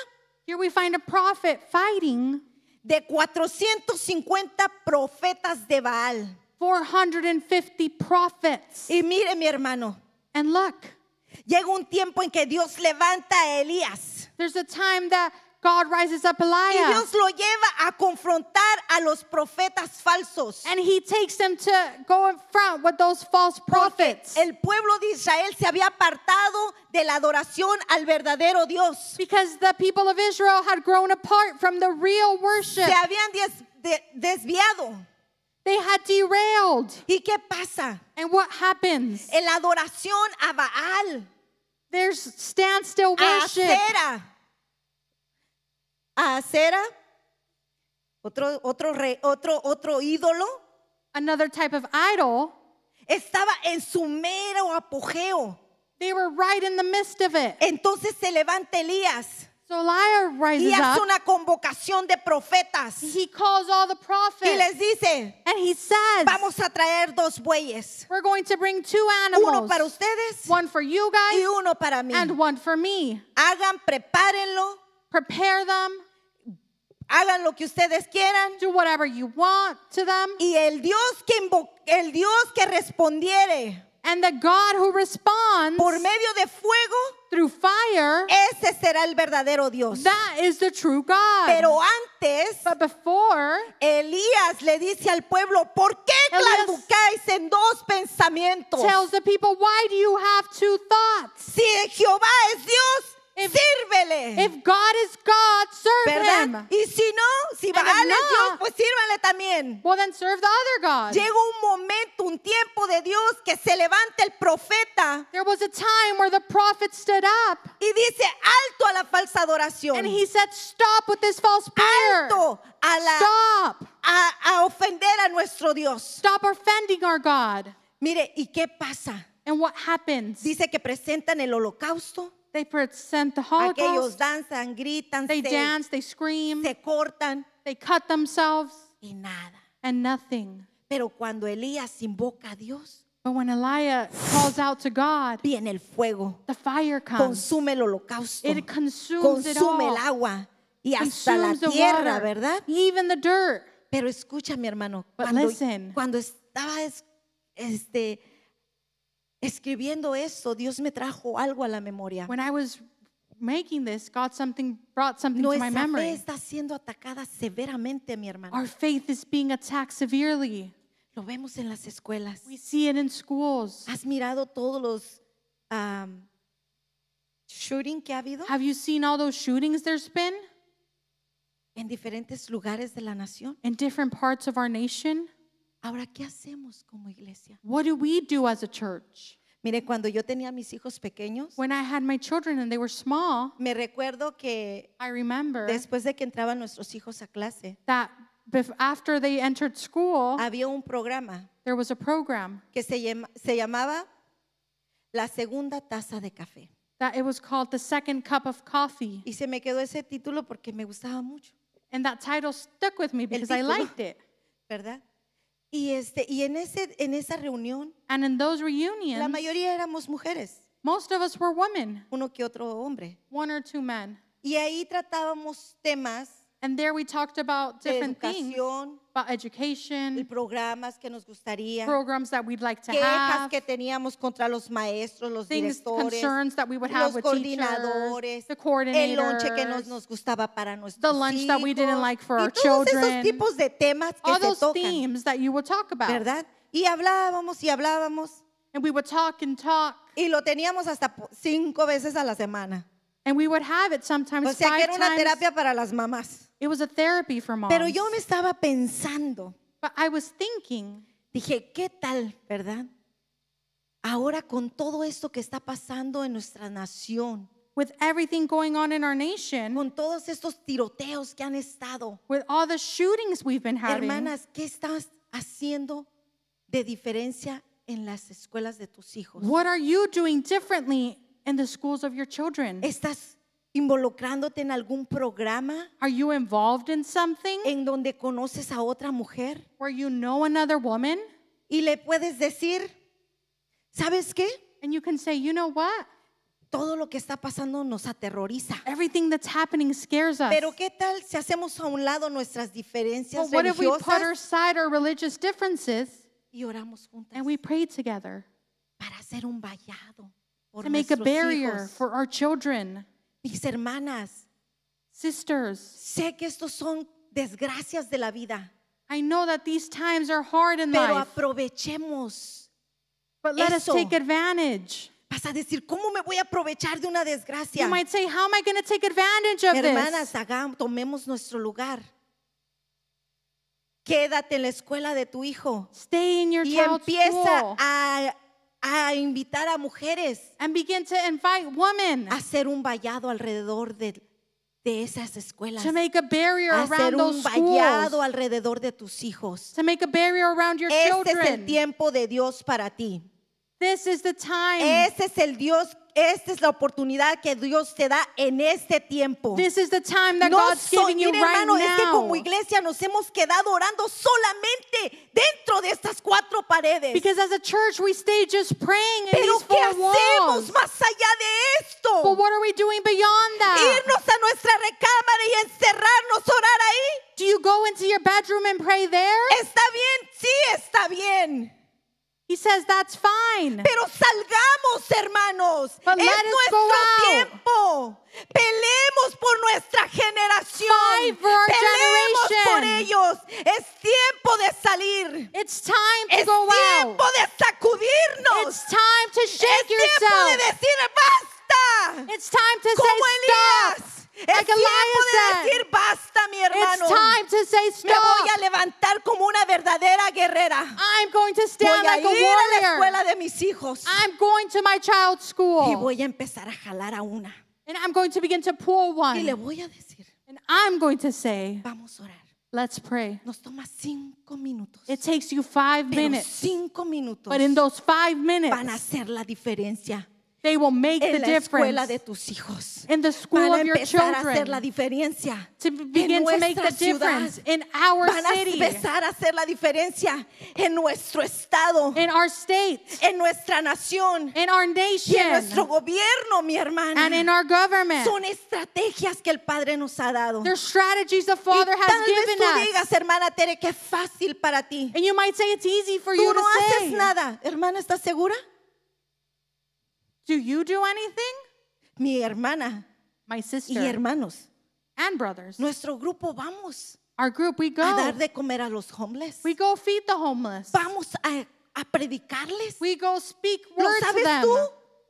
B: Here we find a prophet fighting
A: de 450 profetas de Baal.
B: 450 prophets.
A: Y mire, mi hermano,
B: And look,
A: llega un tiempo en que Dios levanta a Elías
B: there's a time that God rises up
A: y
B: Elijah.
A: Dios lo lleva a confrontar a los profetas falsos.
B: And he takes them to go in front with those false prophets.
A: El pueblo de Israel se había apartado de la adoración al verdadero Dios.
B: Because the people of Israel had grown apart from the real worship.
A: Se habían des- de- desviado.
B: They had derailed.
A: ¿Y qué pasa?
B: And what happens?
A: En la adoración a Baal,
B: There's standstill
A: a
B: worship.
A: Acera, a Acera, otro, otro, re- otro, otro ídolo,
B: Another type of idol.
A: estaba en su mero apogeo.
B: They were right in the midst of it.
A: Entonces se levanta Elías
B: So Elijah
A: y
B: rises
A: hace
B: up.
A: una convocación de profetas
B: He calls all the
A: y
B: prophets.
A: les dice,
B: And he says,
A: vamos a traer dos bueyes,
B: We're going to bring two
A: uno
B: animals
A: para ustedes
B: one for you guys
A: y uno para mí.
B: and one for me.
A: Hagan, prepárenlo,
B: Prepare them.
A: hagan lo que ustedes quieran.
B: Do whatever you want to them.
A: Y el Dios que invo- el Dios que respondiere
B: And the God who responds
A: por medio de fuego,
B: through fire,
A: ese será el verdadero Dios.
B: that is the true God.
A: Pero antes,
B: but before,
A: Elías le dice al pueblo, ¿por qué
B: Elías-
A: clauducáis en dos pensamientos?
B: tells the people, Why do you have two thoughts?
A: Si Jehová es Dios, sírvele.
B: If God is God, serve
A: ¿Verdad?
B: him.
A: Y si no, si
B: And if
A: vale
B: not-
A: Dios, pues sírvale también.
B: Well, then serve the other God.
A: Llega un momento, un tiempo de Dios que se levanta el profeta
B: There was a time where the prophet stood up
A: y dice alto a la falsa adoración.
B: and he said, Stop with this false prayer.
A: alto a, la-
B: Stop.
A: a- a ofender a nuestro Dios.
B: Stop offending our God.
A: Mire, ¿y qué pasa?
B: And what happens?
A: Dice que presentan el holocausto.
B: They present the
A: Aquellos
B: Holocaust.
A: danzan, gritan,
B: They
A: se,
B: dance, they scream,
A: se cortan
B: they cut themselves,
A: y nada.
B: and nothing.
A: Pero cuando Elías invoca a Dios,
B: But when Elijah calls out to God,
A: viene el fuego,
B: the fire comes.
A: consume el holocausto,
B: It consumes it
A: consume el
B: all.
A: agua y hasta la
B: Consumes the
A: tierra,
B: water,
A: ¿verdad?
B: Even the dirt.
A: Pero escucha, mi hermano,
B: But
A: cuando,
B: listen.
A: cuando estaba es- este, escribiendo eso, Dios me trajo algo a la memoria.
B: When I was making this, God something brought something to my
A: Nuestra fe
B: memory.
A: está siendo atacada severamente, mi hermano.
B: Our faith is being attacked severely.
A: Lo vemos en las escuelas.
B: We see it in schools.
A: ¿Has mirado todos los am, shooting que ha habido
B: Have you seen all those shootings there's been
A: en diferentes lugares de la nación?
B: in different parts of our nation?
A: Ahora, ¿qué hacemos como iglesia?
B: What do we do as a church?
A: Mire, cuando yo tenía a mis hijos pequeños,
B: When I had my children and they were small,
A: me recuerdo que
B: I remember
A: después de que entraban nuestros hijos a clase,
B: that bef- after they entered school,
A: había un programa
B: there was a program
A: que se, llama- se llamaba La Segunda Taza de Café.
B: that it was called the second cup of coffee.
A: Y se me quedó ese título porque me gustaba mucho,
B: And that title stuck with me because I
A: título.
B: liked it.
A: ¿verdad? Y, este, y en, ese, en esa reunión,
B: And in those
A: la
B: reunions,
A: mayoría éramos mujeres,
B: most of us were women,
A: uno que otro hombre.
B: one or two men.
A: Y ahí tratábamos temas
B: And there we talked about
A: de
B: different things
A: educación,
B: about education,
A: programas que nos gustaría,
B: programs that we'd like to
A: quejas
B: have,
A: que teníamos contra los maestros, los
B: things,
A: directores,
B: concerns that we would have
A: los
B: with teachers,
A: coordinadores,
B: the
A: el lonche que no
B: coordinators,
A: nos gustaba para nuestros
B: the lunch that we
A: hijos,
B: didn't like for
A: y
B: our
A: todos esos
B: children.
A: tipos de temas que
B: all
A: se
B: those
A: tocan,
B: themes that you will talk about.
A: ¿verdad? Y hablábamos y hablábamos
B: And we would talk and talk,
A: y lo teníamos hasta po- cinco veces a la semana.
B: and we would have it
A: O
B: sometimes
A: sea que
B: five
A: era una
B: times.
A: terapia para las mamás.
B: It was a therapy for moms.
A: Pero yo me estaba pensando,
B: But I was thinking,
A: dije, ¿qué tal, verdad? Ahora con todo esto que está pasando en nuestra nación,
B: with everything going on in our nation,
A: con todos estos tiroteos que han estado,
B: with all the shootings we've been having,
A: Hermanas, ¿qué estás haciendo de diferencia en las escuelas de tus hijos?
B: what are you doing differently in the schools of your children?
A: ¿Estás involucrándote en algún programa
B: Are you involved in something
A: en donde conoces a otra mujer
B: where you know another woman
A: y le puedes decir, ¿sabes qué?
B: and you can say, you know what?
A: Todo lo que está pasando nos aterroriza.
B: Everything that's happening scares us.
A: Pero ¿qué tal si hacemos a un lado nuestras
B: but
A: diferencias
B: what if we put
A: religiosas
B: aside our religious differences
A: y oramos juntas
B: and we pray together
A: para hacer un vallado por
B: to make a
A: nuestros
B: barrier
A: hijos?
B: for our children,
A: Mis hermanas,
B: sisters?
A: Sé que estos son desgracias de la vida,
B: I know that these times are hard in
A: pero
B: life,
A: aprovechemos.
B: but let
A: eso.
B: us take advantage.
A: Vas a decir, ¿cómo me voy a aprovechar de una desgracia?
B: You might say, How am I going to take advantage of
A: Hermanas,
B: this?
A: hagam- tomemos nuestro lugar. Quédate en la escuela de tu hijo
B: Stay in your
A: y
B: child's
A: empieza
B: school
A: a, a invitar a mujeres
B: and begin to invite women
A: a hacer un vallado alrededor de, de esas escuelas.
B: to make a barrier
A: A
B: around
A: hacer un
B: those
A: vallado
B: schools,
A: alrededor de tus hijos.
B: to make a barrier around your
A: Este es el
B: children.
A: tiempo de Dios para ti.
B: This is the time.
A: Este es el Dios, esta es la oportunidad que Dios te da en este tiempo.
B: This is the time that
A: no
B: God's
A: soy-
B: giving you
A: mira,
B: right
A: hermano, es que como
B: now.
A: iglesia nos hemos quedado orando solamente dentro de estas cuatro paredes.
B: Because as a church, we stay just praying in
A: Pero
B: these
A: ¿qué
B: four
A: hacemos
B: walls.
A: más allá de esto?
B: But what are we doing beyond that?
A: Irnos a nuestra recámara y encerrarnos, orar ahí.
B: Do you go into your bedroom and pray there?
A: Está bien, sí, está bien.
B: He says that's fine.
A: Pero salgamos, hermanos.
B: But
A: es
B: let us go
A: nuestro
B: out.
A: tiempo. Peleemos por nuestra generación.
B: Fight for our
A: Peleemos por
B: generation.
A: ellos. Es tiempo de salir.
B: It's time to
A: Es
B: go
A: tiempo
B: out.
A: de sacudirnos.
B: It's time to
A: es
B: shake
A: tiempo de
B: yourself.
A: decir basta. basta.
B: It's time to
A: Como
B: say stop.
A: Elías. Es
B: Like
A: tiempo
B: Elias
A: de
B: said.
A: decir basta, mi hermano.
B: It's time to say
A: Me voy a
B: stop.
A: levantar como una verdadera guerrera.
B: I'm going to
A: Voy
B: stand
A: a ir
B: like a
A: a la
B: warrior.
A: escuela de mis hijos
B: I'm going to my child's
A: y
B: school.
A: voy a empezar a jalar a una.
B: And I'm going to begin to pull
A: Y le
B: one.
A: voy a decir,
B: And I'm going to say,
A: vamos a orar.
B: let's pray.
A: Nos toma cinco minutos.
B: It takes you five
A: Pero
B: minutes.
A: cinco minutos
B: But in those five
A: van a
B: minutes,
A: hacer la diferencia
B: they will make the
A: en la escuela
B: difference
A: de tus hijos.
B: in the
A: Van
B: school
A: a
B: of your
A: empezar a hacer la
B: children
A: diferencia.
B: to
A: en
B: begin to make the
A: nuestra ciudad.
B: difference in our
A: Van a
B: city,
A: empezar a hacer la diferencia en nuestro estado,
B: in our state,
A: en nuestra nación
B: in our
A: y en nuestro
B: nation,
A: gobierno, mi hermana.
B: and in our government.
A: Son estrategias que el Padre nos ha dado.
B: There's strategies the
A: y
B: Father
A: tal
B: has
A: vez
B: given
A: tú
B: us.
A: digas, hermana Tere, que fácil para ti.
B: And you might say it's easy for
A: Tú
B: you
A: no
B: to
A: haces
B: say.
A: nada. Hermana, ¿estás segura?
B: Do you do anything?
A: Mi hermana
B: My
A: y
B: sister
A: hermanos,
B: and brothers.
A: nuestro grupo vamos
B: Our group, we
A: a dar
B: go.
A: de comer a los homeless.
B: We go feed the homeless.
A: Vamos a, a predicarles.
B: We go speak
A: ¿Lo
B: words to
A: sabes
B: them.
A: tú?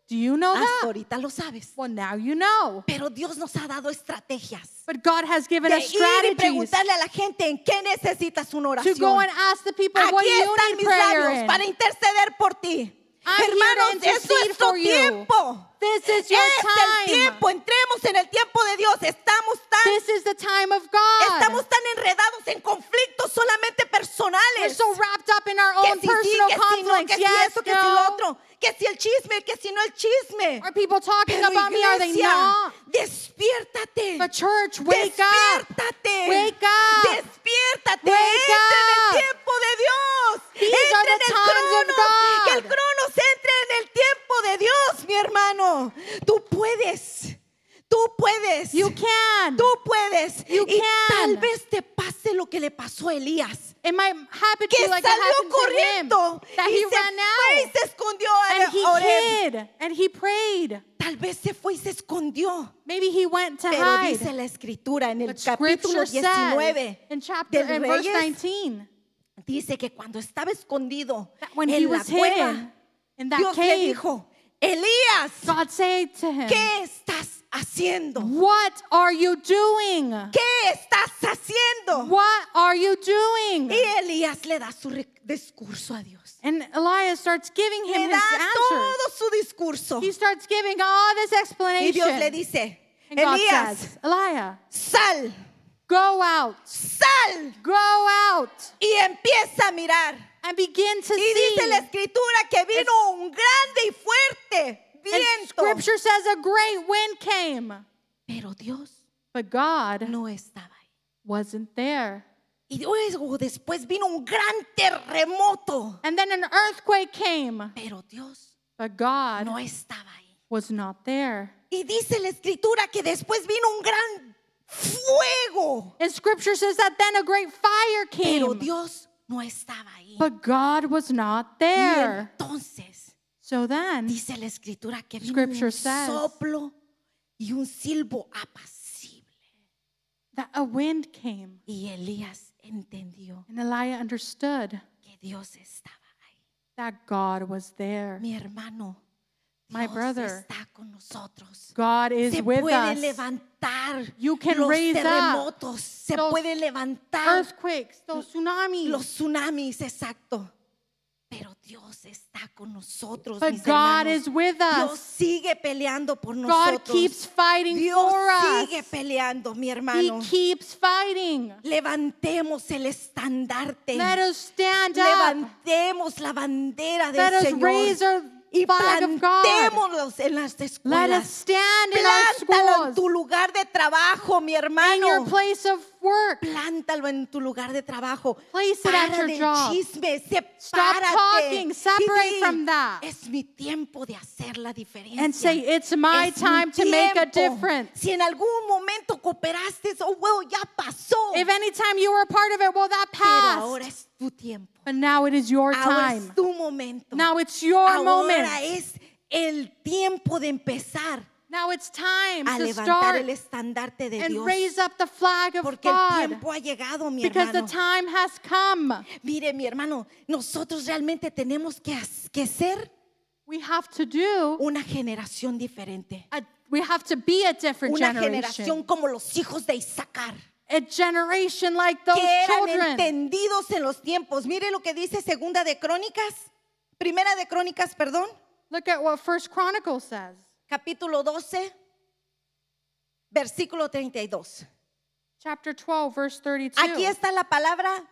B: Do you know
A: Hasta
B: that?
A: ahorita lo sabes.
B: Well, now you know.
A: Pero Dios nos ha dado estrategias.
B: But God has given
A: De
B: us
A: ir y
B: strategies
A: preguntarle a la gente en qué necesitas una
B: to
A: oración.
B: go and ask the people what do
A: Aquí
B: you
A: están
B: need
A: mis
B: prayer
A: labios
B: in.
A: para interceder por ti.
B: I'm here to
A: Hermanos, es
B: intercede
A: nuestro
B: for you.
A: tiempo.
B: This is your
A: Es el
B: time.
A: tiempo. Entremos en el tiempo de Dios. Estamos tan
B: This is the time of God.
A: Estamos tan enredados en conflictos solamente
B: We're
A: personales.
B: so wrapped up in our
A: que
B: own
A: si sí,
B: personal
A: que si no,
B: conflicts.
A: que si
B: yes,
A: esto, que si lo
B: no.
A: otro, que si el chisme, que si no el chisme.
B: Are people talking
A: Pero
B: about me? Are they
A: iglesia,
B: not?
A: despiértate.
B: But church, wake up.
A: despiértate.
B: Wake up.
A: Despiértate.
B: Wake
A: entra en
B: up.
A: el tiempo de Dios.
B: These
A: entra
B: are the
A: en el
B: times of
A: cronos.
B: God.
A: Que el cronos entre en el tiempo de Dios, mi hermano. Tú puedes. Tú puedes.
B: You can.
A: Tú puedes.
B: You
A: y tal
B: can.
A: vez te pase lo que le pasó a Elías.
B: It might happen to
A: Que
B: you like it
A: salió
B: happened
A: corriendo
B: to him. That
A: y
B: he
A: se
B: ran
A: fue y
B: out.
A: se escondió a
B: And he
A: Oreb.
B: hid. And he prayed.
A: Tal vez se fue y se escondió.
B: Maybe he went to
A: Pero dice
B: hide.
A: la escritura en el
B: But scripture
A: capítulo
B: says
A: 19
B: in chapter
A: del
B: in verse
A: Reyes
B: 19
A: dice que cuando estaba escondido
B: that when he
A: en la
B: was
A: cueva
B: hidden in that
A: Dios le
B: cave,
A: dijo, Elías,
B: God said to him,
A: ¿qué estás haciendo?
B: What are you doing?
A: ¿Qué estás haciendo?
B: What are you doing?
A: Y Elías le da su re- discurso a Dios.
B: And Elias starts giving
A: Le
B: him his
A: da
B: answers.
A: todo su discurso.
B: He starts giving all this
A: Y Dios le
B: explanation.
A: dice,
B: And God
A: Elías,
B: says, Elijah,
A: sal,
B: go out,
A: sal
B: go out,
A: y empieza a mirar.
B: and begin to
A: Y dice la
B: see.
A: escritura que vino un grande y fuerte
B: And
A: viento.
B: scripture says a great wind came,
A: Pero Dios
B: but God
A: no estaba ahí.
B: wasn't there.
A: Y luego después vino un gran terremoto.
B: And then an earthquake came,
A: Pero Dios
B: but God
A: no estaba ahí.
B: was not there.
A: Y dice la escritura que después vino un gran fuego.
B: And scripture says that then a great fire
A: Pero
B: came,
A: Dios no estaba ahí.
B: but God was not
A: Y
B: there.
A: entonces
B: So then
A: dice la escritura que vino
B: Scripture
A: un
B: says-
A: soplo y un silbo apacible.
B: that a wind came,
A: Y Elías entendió
B: and Elijah understood
A: que Dios estaba ahí.
B: that God was there.
A: Mi hermano,
B: My
A: Dios
B: brother.
A: está con nosotros.
B: God is
A: Se
B: with
A: pueden
B: us.
A: levantar
B: You can
A: los
B: raise up
A: terremotos, se
B: those
A: pueden levantar
B: Earthquakes, those tsunamis.
A: los tsunamis, exacto. Pero Dios está con nosotros.
B: But
A: mis
B: God
A: hermanos.
B: is with
A: Dios
B: us.
A: sigue peleando por
B: God
A: nosotros.
B: keeps fighting
A: Dios
B: for us.
A: sigue peleando, mi hermano.
B: He keeps fighting.
A: Levantemos el estandarte.
B: Let us stand up.
A: Levantemos la bandera del
B: Let us
A: Señor
B: raise our
A: y
B: flag of God.
A: plantémoslos en las
B: Let us
A: escuelas.
B: stand in our
A: Plántalo en tu
B: schools,
A: lugar de trabajo, mi
B: in your
A: hermano.
B: place of work.
A: Plántalo en tu lugar de trabajo.
B: Place it at
A: Para
B: your
A: del
B: job.
A: chisme, sepárate.
B: talking, separate
A: Y di,
B: from that.
A: Es mi tiempo de hacer la diferencia.
B: And say, It's my
A: "Es mi
B: time to make a
A: tiempo".
B: difference.
A: Si en algún momento cooperaste, oh, well, ya pasó.
B: If any time you were a part of it, well, that
A: Pero ahora
B: passed.
A: es tu tiempo.
B: But now it is your
A: Ahora
B: time.
A: es tu momento.
B: Now it's your moment.
A: Ahora es el tiempo de empezar
B: Now it's time
A: a
B: to
A: levantar
B: start
A: el estandarte de
B: and
A: Dios.
B: raise up the flag of
A: Porque el
B: God
A: tiempo ha llegado, mi
B: because the
A: hermano.
B: time has come.
A: Mire, mi hermano, nosotros realmente tenemos que, as- que ser
B: We have to do,
A: una generación diferente.
B: a- we have to be a different
A: Una generación
B: generation.
A: como los hijos de Isaacar,
B: A generation like those
A: que eran
B: children
A: entendidos en los tiempos. Mire lo que dice Segunda de Crónicas, Primera de Crónicas, perdón,
B: Look at what First Chronicle says,
A: capítulo 12, versículo 32.
B: chapter 12, verse 32.
A: Aquí está la palabra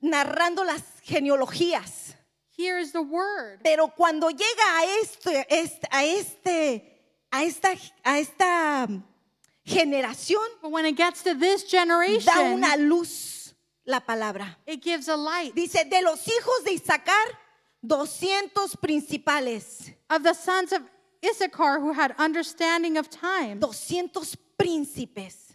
A: narrando las genealogías.
B: Here is the word.
A: Pero cuando llega a este, este- a este, a esta, a esta generación,
B: But when it gets to this
A: da
B: generation,
A: una luz la palabra.
B: it gives a light.
A: Dice, de los hijos de Isaacar, 200 principales.
B: Of the sons of Issachar who had understanding of time,
A: 200 príncipes,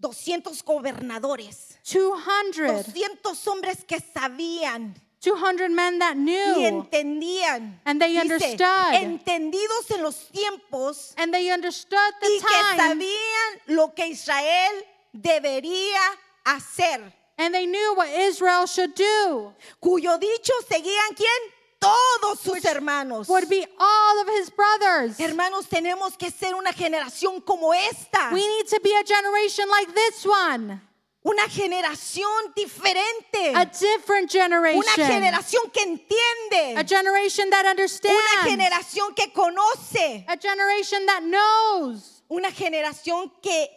A: 200 gobernadores,
B: 200,
A: 200 hombres que sabían
B: 200 men that
A: y
B: knew,
A: entendían.
B: And they
A: Dice,
B: understood.
A: entendidos en los tiempos
B: and they understood
A: y
B: the
A: que
B: time,
A: sabían lo que Israel debería hacer,
B: and they knew what Israel should do,
A: cuyo dicho seguían quién? Todos sus hermanos.
B: would be all of his brothers.
A: Hermanos, tenemos que ser una generación como esta,
B: We need to be a generation like this one,
A: una generación diferente,
B: a different generation,
A: Eh. una generación que
B: a
A: entiende,
B: generation that
A: una
B: understands,
A: generación que conoce,
B: a generation that knows,
A: una generación que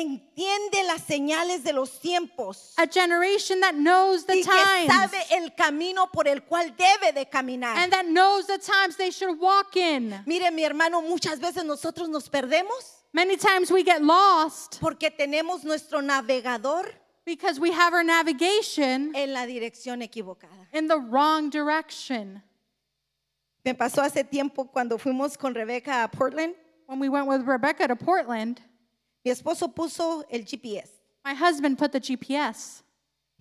A: entiende las señales de los tiempos
B: a generation that knows the
A: y que
B: times.
A: sabe el camino por el cual debe de caminar.
B: and that knows the times they should walk in.
A: Mire, mi hermano, muchas veces nosotros nos perdemos
B: Many times we get lost
A: porque tenemos nuestro navegador
B: because we have our navigation
A: en la dirección equivocada.
B: in the wrong direction.
A: Me pasó hace tiempo cuando fuimos con Rebeca a Portland.
B: When we went with Rebecca to Portland,
A: Mi esposo puso el GPS
B: my husband put the GPS,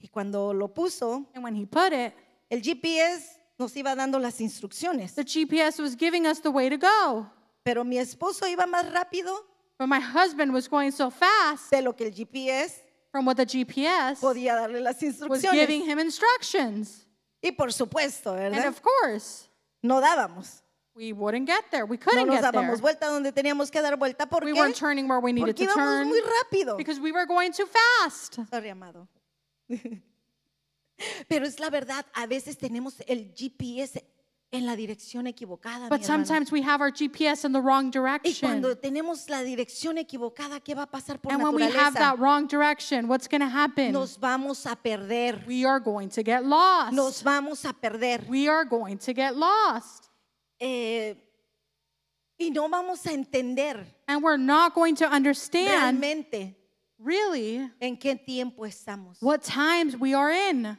A: y cuando lo puso,
B: and when he put it,
A: el GPS nos iba dando las instrucciones,
B: the GPS was giving us the way to go.
A: pero mi esposo iba más rápido
B: But my husband was going so fast
A: de lo que el GPS
B: from what the GPS
A: podía darle las
B: was
A: instrucciones.
B: giving him instructions.
A: Y por supuesto,
B: And
A: ¿verdad?
B: of course,
A: No dábamos.
B: we wouldn't get there. We
A: No
B: couldn't
A: nos
B: get
A: dábamos
B: there.
A: vuelta donde teníamos que dar vuelta porque
B: We weren't turning where we needed
A: Porque
B: to
A: íbamos
B: turn
A: muy rápido.
B: because we were going too fast.
A: Sorry, amado. Pero es la verdad, a veces tenemos el GPS en la dirección equivocada.
B: But
A: mi hermano.
B: sometimes we have our GPS in the wrong
A: y
B: direction.
A: cuando tenemos la dirección equivocada, ¿qué va a pasar por
B: And when we have
A: naturaleza?
B: that wrong direction, what's going to happen?
A: Nos vamos a perder.
B: We are going to get
A: Nos
B: lost.
A: vamos a perder.
B: We are going to get lost.
A: Eh, y no vamos a entender
B: And we're not going to understand
A: realmente
B: really
A: en qué tiempo estamos.
B: what times we are in.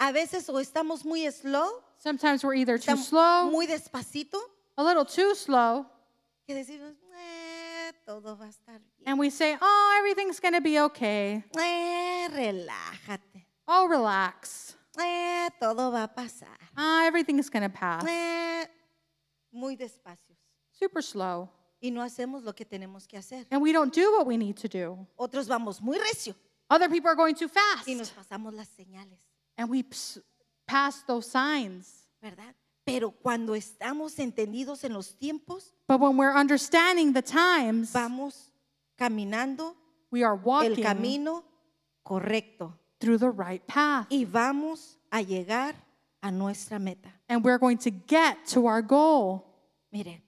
A: A veces o estamos muy slow,
B: Sometimes we're either too
A: estamos
B: slow,
A: muy despacito,
B: a little too slow,
A: que decimos, "Eh, todo va a estar bien.
B: and we say, oh, everything's going to be okay.
A: Eh, relájate.
B: Oh, relax.
A: Eh, todo va a pasar.
B: Ah, everything's going to pass.
A: Eh, muy despacios.
B: Super slow.
A: Y no hacemos lo que tenemos que hacer.
B: And we don't do what we need to do.
A: Otros vamos muy recio
B: Other people are going too
A: y nos
B: fast.
A: pasamos las señales,
B: and we ps- pass those signs.
A: ¿verdad? Pero cuando estamos entendidos en los tiempos,
B: But when we're understanding the times,
A: vamos caminando
B: we are
A: el
B: walking
A: camino correcto
B: through the right path
A: y vamos a llegar a nuestra meta.
B: and we're going to get to our goal.
A: Mire.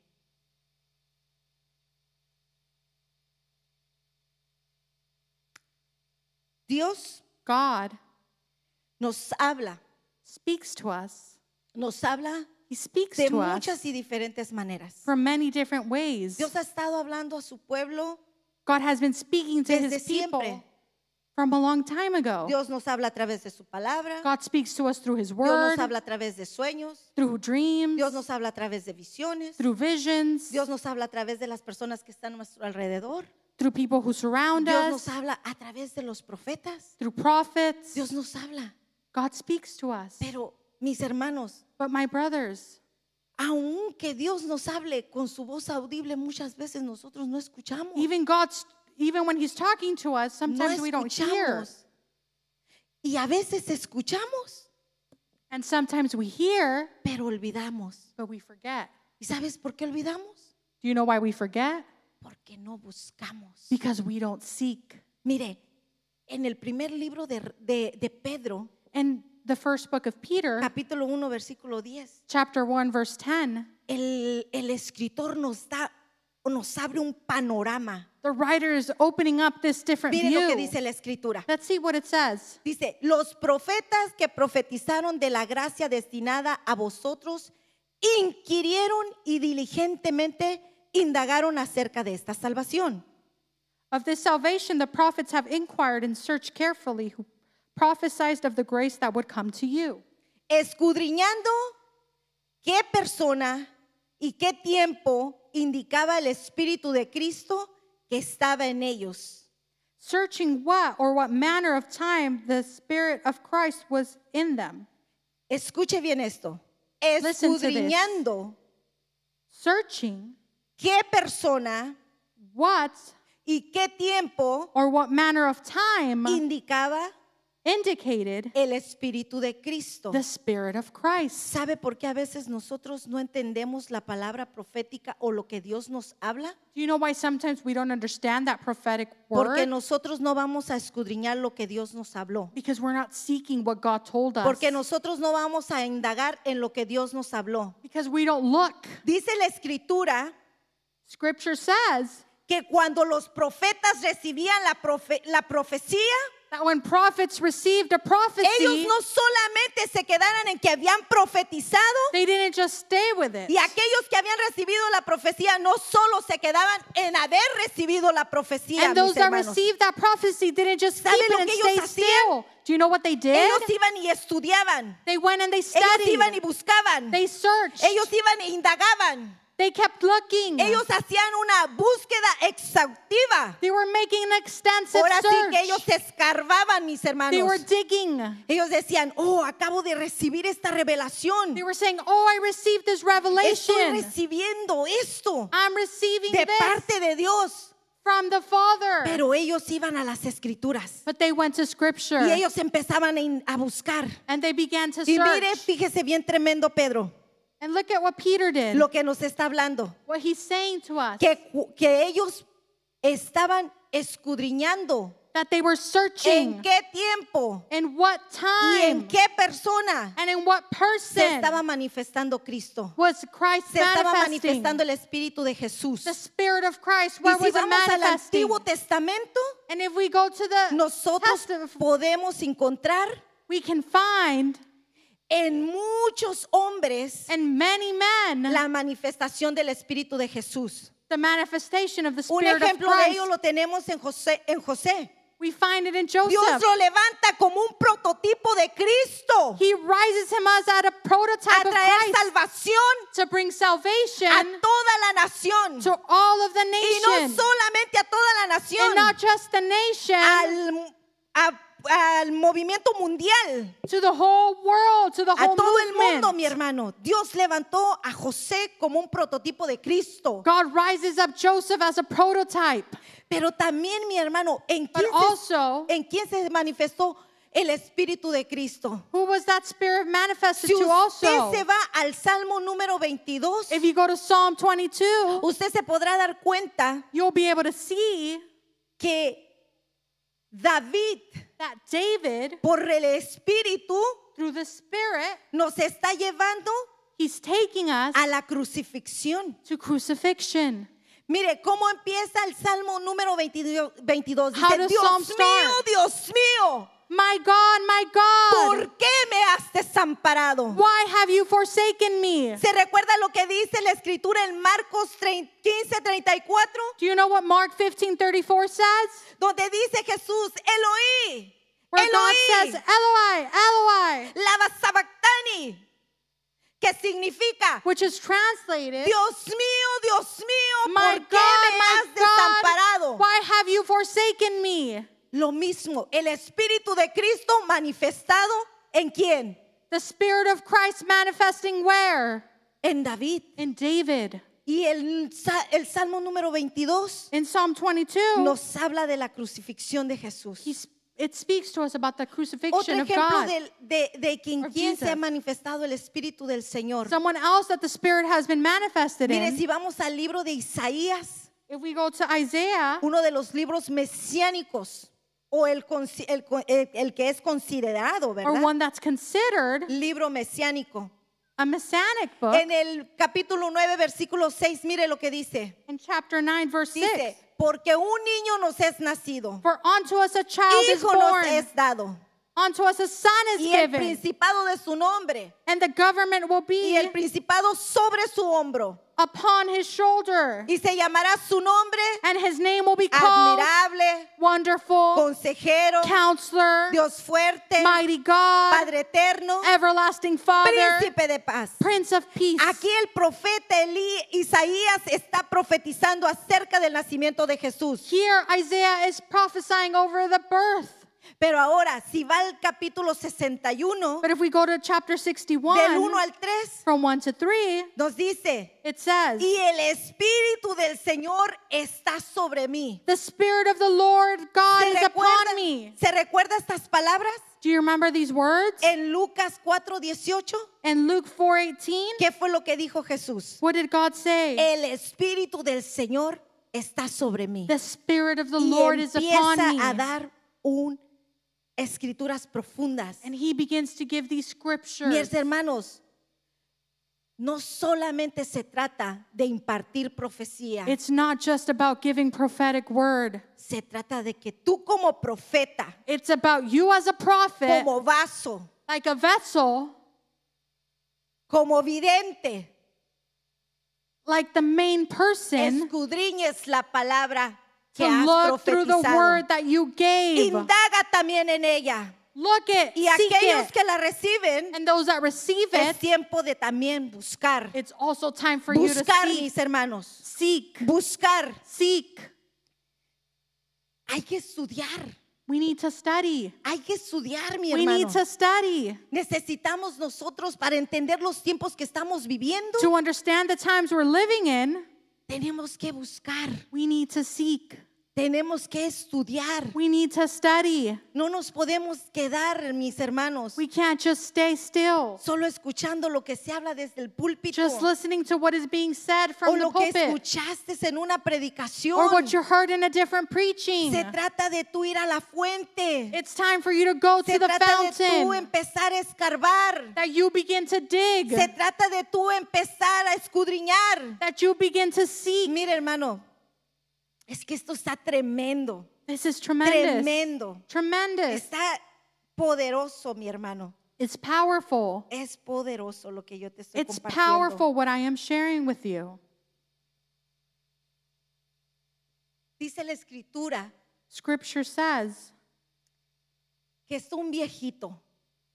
A: Dios
B: God
A: nos habla,
B: speaks to us,
A: nos habla
B: He speaks
A: de
B: to us
A: muchas y diferentes maneras.
B: from many different ways.
A: Dios ha estado hablando a su pueblo
B: God has been speaking to
A: desde
B: His people
A: siempre.
B: from a long time ago.
A: Dios nos habla a través de su palabra,
B: God speaks to us through His
A: Dios nos
B: word,
A: habla a través de sueños,
B: through dreams,
A: Dios nos habla a través de visiones,
B: through visions,
A: Dios nos habla a través de las personas que están a nuestro alrededor,
B: through people who surround
A: Dios
B: us,
A: nos habla a través de los profetas,
B: through prophets.
A: Dios nos habla.
B: God speaks to us.
A: Pero mis hermanos,
B: But my brothers,
A: aunque Dios nos hable con su voz audible, muchas veces nosotros no escuchamos.
B: even God's even when he's talking to us,
A: no
B: sometimes we don't hear.
A: escuchamos. Y a veces escuchamos,
B: And sometimes we hear,
A: pero olvidamos.
B: but we forget.
A: ¿Y sabes por qué olvidamos?
B: Do you know why we forget?
A: Porque no buscamos.
B: Because we don't seek.
A: Mire, en el primer libro de, de- de Pedro,
B: In the first book of Peter,
A: capítulo 1, versículo 10,
B: chapter 1, verse 10,
A: el, el escritor nos da, nos abre un panorama.
B: the writer is opening up this different
A: Miren lo que
B: view.
A: dice la escritura.
B: Let's see what it says.
A: Dice, los profetas que profetizaron de la gracia destinada a vosotros, inquirieron y diligentemente indagaron acerca de esta salvación.
B: Of this salvation, the prophets have inquired and searched carefully who prophesied of the grace that would come to you,
A: escudriñando qué persona y qué tiempo indicaba el Espíritu de Cristo que estaba en ellos.
B: searching what or what manner of time the Spirit of Christ was in them,
A: Escuche bien esto.
B: Listen to this.
A: Escudriñando
B: searching
A: qué persona
B: what
A: y qué tiempo
B: or what manner of time
A: indicaba
B: indicated
A: el Espíritu de Cristo.
B: the Spirit of Christ.
A: ¿Sabe por qué a veces nosotros no entendemos la palabra profética o lo que Dios nos habla?
B: Do you know why sometimes we don't understand that prophetic
A: Porque
B: word?
A: nosotros no vamos a escudriñar lo que Dios nos habló.
B: Because we're not seeking what God told us.
A: Porque nosotros no vamos a indagar en lo que Dios nos habló.
B: Because we don't look.
A: Dice la escritura
B: Scripture says
A: que cuando los profetas recibían la, profe- la profecía,
B: that when prophets received a prophecy,
A: ellos no solamente se quedaran en que habían profetizado,
B: they didn't just stay with it.
A: y aquellos que habían recibido la profecía no solo se quedaban en haber recibido la profecía,
B: and
A: mis
B: those that
A: hermanos.
B: received that prophecy didn't just keep
A: ¿Sabe lo
B: it and
A: que ellos
B: stay
A: hacían?
B: still. Do you know what they did?
A: ellos iban y estudiaban,
B: they went and they
A: ellos
B: studied.
A: iban y buscaban,
B: they searched.
A: ellos iban e indagaban,
B: they kept looking.
A: ellos hacían una búsqueda exhaustiva.
B: they were making an extensive
A: Ahora sí
B: search.
A: que ellos se escarbaban, mis
B: they were
A: hermanos.
B: digging.
A: Ellos decían, oh, acabo de recibir esta revelación.
B: They were saying, "Oh, I received this revelation.
A: Estoy recibiendo esto
B: I'm receiving
A: de
B: this
A: parte de Dios.
B: from the Father."
A: Pero ellos iban a las escrituras
B: but they went to Scripture
A: y ellos empezaban a in- a buscar.
B: and they began to
A: Y
B: search.
A: mire, fíjese bien tremendo, Pedro,
B: and look at what Peter did.
A: lo que nos está hablando.
B: what he's saying to us
A: Que, ju- que ellos estaban escudriñando
B: that they were
A: en
B: searching
A: qué tiempo
B: in what
A: y
B: time
A: en qué persona
B: and in what
A: se
B: person
A: estaba manifestando Cristo.
B: was Christ
A: se estaba
B: manifesting
A: manifestando el Espíritu de Jesús.
B: the Spirit of Christ.
A: Y
B: Where
A: si
B: was it
A: vamos al
B: manifesting?
A: Antiguo Testamento,
B: and if we go to the
A: nosotros
B: Testament,
A: podemos encontrar
B: we can find
A: en muchos hombres
B: in many men
A: la manifestación del Espíritu de Jesús.
B: the manifestation of the
A: Un
B: Spirit of
A: ejemplo de
B: Christ.
A: ello lo tenemos en José. En José.
B: We find it in Joseph.
A: Dios lo levanta como un prototipo de Cristo
B: He rises him as at a
A: a
B: prototype of
A: traer
B: Christ
A: salvación
B: to bring
A: a
B: salvation
A: toda la nación.
B: to all of the
A: Y no
B: nation.
A: solamente a toda la
B: and
A: nación,
B: not just the nation,
A: al, a- al movimiento mundial,
B: to the whole world, to the
A: a
B: whole
A: todo el mundo, mi
B: movement.
A: hermano. Dios levantó a José como un prototipo de Cristo.
B: God rises up Joseph as a prototype.
A: Pero también, mi hermano, ¿en
B: But
A: quién,
B: also-
A: se, en quién se manifestó el Espíritu de Cristo?
B: Who was that spirit manifested
A: Si
B: to
A: usted se
B: also?
A: va al Salmo número 22,
B: If you go to Psalm 22,
A: usted se podrá dar cuenta
B: you'll be able to see
A: que David,
B: that David,
A: por el Espíritu,
B: through the Spirit,
A: nos está llevando
B: he's taking us
A: a la crucifixión.
B: to crucifixion.
A: Mire cómo empieza el Salmo número 22. 22. Dice,
B: How does
A: Dios
B: Psalm
A: mío,
B: start?
A: Dios mío,
B: My God, my God,
A: ¿por qué me has desamparado?
B: why have you forsaken me?
A: ¿Se recuerda lo que dice la escritura en Marcos 30 15, 34?
B: Do you know what Mark 15:34 says?
A: Donde dice Jesús, Eloí,
B: Where God
A: Eloí,
B: says, Eloi, Eloi,
A: lava sabactani, que significa,
B: which is translated,
A: Dios mío, Dios mío,
B: My
A: ¿por
B: God,
A: qué me
B: my
A: has desamparado?
B: God, why have you forsaken me?
A: Lo mismo, el Espíritu de Cristo manifestado en quién?
B: The Spirit of Christ manifesting where?
A: En David.
B: In David.
A: Y el, sa- el Salmo número 22
B: In Psalm 22,
A: nos habla de la crucifixión de Jesús.
B: he's, It speaks to us about the
A: Otro
B: crucifixion of
A: ejemplo
B: God.
A: de, de, de que en
B: Of
A: quien se ha
B: Jesus.
A: manifestado el Espíritu del Señor.
B: Someone else that the Spirit has been manifested
A: Mire,
B: in.
A: si vamos al libro de Isaías,
B: If we go to Isaiah,
A: uno de los libros mesiánicos o el, consi- el co- el- el que es considerado,
B: or
A: ¿verdad?
B: one that's considered
A: Libro mesiánico.
B: a messianic book,
A: En el capítulo 9, versículo 6, mire lo que dice.
B: in chapter 9, verse 6,
A: Dice, porque un niño nos es nacido,
B: for unto us a child is
A: hijo nos
B: born,
A: es dado,
B: unto us a son is
A: y el
B: given,
A: principado de su nombre,
B: and the government will
A: y
B: be
A: el principado sobre su hombro,
B: upon his shoulder,
A: y se llamará su nombre
B: and his name will be called
A: admirable,
B: Wonderful,
A: consejero,
B: Counselor,
A: Dios fuerte,
B: Mighty God,
A: Padre eterno,
B: Everlasting Father,
A: príncipe de paz.
B: Prince of Peace.
A: Aquí el profeta Elí- Isaías está profetizando acerca del nacimiento de Jesús.
B: Here Isaiah is prophesying over the birth.
A: Pero ahora, si va al capítulo 61,
B: But if we go to chapter
A: del 1
B: 61,
A: al 3,
B: from 1 to 3,
A: nos dice,
B: it says,
A: Y el Espíritu del Señor está sobre mí.
B: The Spirit of the Lord God
A: ¿Se
B: is
A: recuerda,
B: upon me.
A: se recuerda estas palabras
B: Do you remember these words?
A: en Lucas 4:18?
B: In Luke 4:18,
A: ¿Qué fue lo que eh, dijo Jesús?
B: what did God say?
A: El Espíritu del Señor está sobre mí.
B: The Spirit of the
A: y
B: Lord is upon
A: empieza a
B: me.
A: dar un escrituras profundas.
B: And he begins to give these scriptures.
A: Mis hermanos, no solamente se trata de impartir profecía,
B: It's not just about giving prophetic word.
A: se trata de que tú como profeta,
B: It's about you as a prophet,
A: como vaso,
B: like a vessel,
A: como vidente,
B: like the main person,
A: escudriñes la palabra que
B: to
A: has
B: look through the
A: profetizado.
B: word that you gave.
A: Indaga también en ella.
B: Look it,
A: Y
B: seek
A: aquellos
B: it.
A: que la reciben,
B: And those that receive
A: es
B: it,
A: tiempo de también buscar.
B: it's also time for you to
A: Buscar,
B: seek.
A: mis hermanos.
B: Seek.
A: Buscar.
B: Seek.
A: Hay que estudiar.
B: We need to study.
A: Hay que estudiar, mi
B: We need
A: hermano.
B: to study
A: Necesitamos nosotros para entender los tiempos que estamos viviendo.
B: to understand the times we're living in.
A: Tenemos que buscar.
B: We need to seek.
A: Tenemos que estudiar.
B: We need to study.
A: No nos podemos quedar, mis hermanos.
B: We can't just stay still.
A: solo escuchando lo que se habla desde el púlpito
B: Just listening to what is being said
A: o
B: from the
A: lo que
B: pulpit
A: escuchaste en una
B: or
A: predicación.
B: what you heard in a different preaching.
A: Se trata de tú ir a la fuente.
B: It's time for you to go
A: Se
B: to the
A: trata de tú
B: fountain,
A: empezar a escarbar.
B: that you begin to dig,
A: Se trata de tú empezar a escudriñar.
B: that you begin to seek.
A: Mira, hermano, es que esto está tremendo,
B: This is tremendous.
A: tremendo.
B: Tremendous.
A: Está poderoso, mi hermano.
B: It's powerful.
A: Es poderoso lo que yo te estoy
B: It's
A: compartiendo.
B: powerful what I am sharing with you.
A: Dice la escritura
B: Scripture says
A: que es un viejito.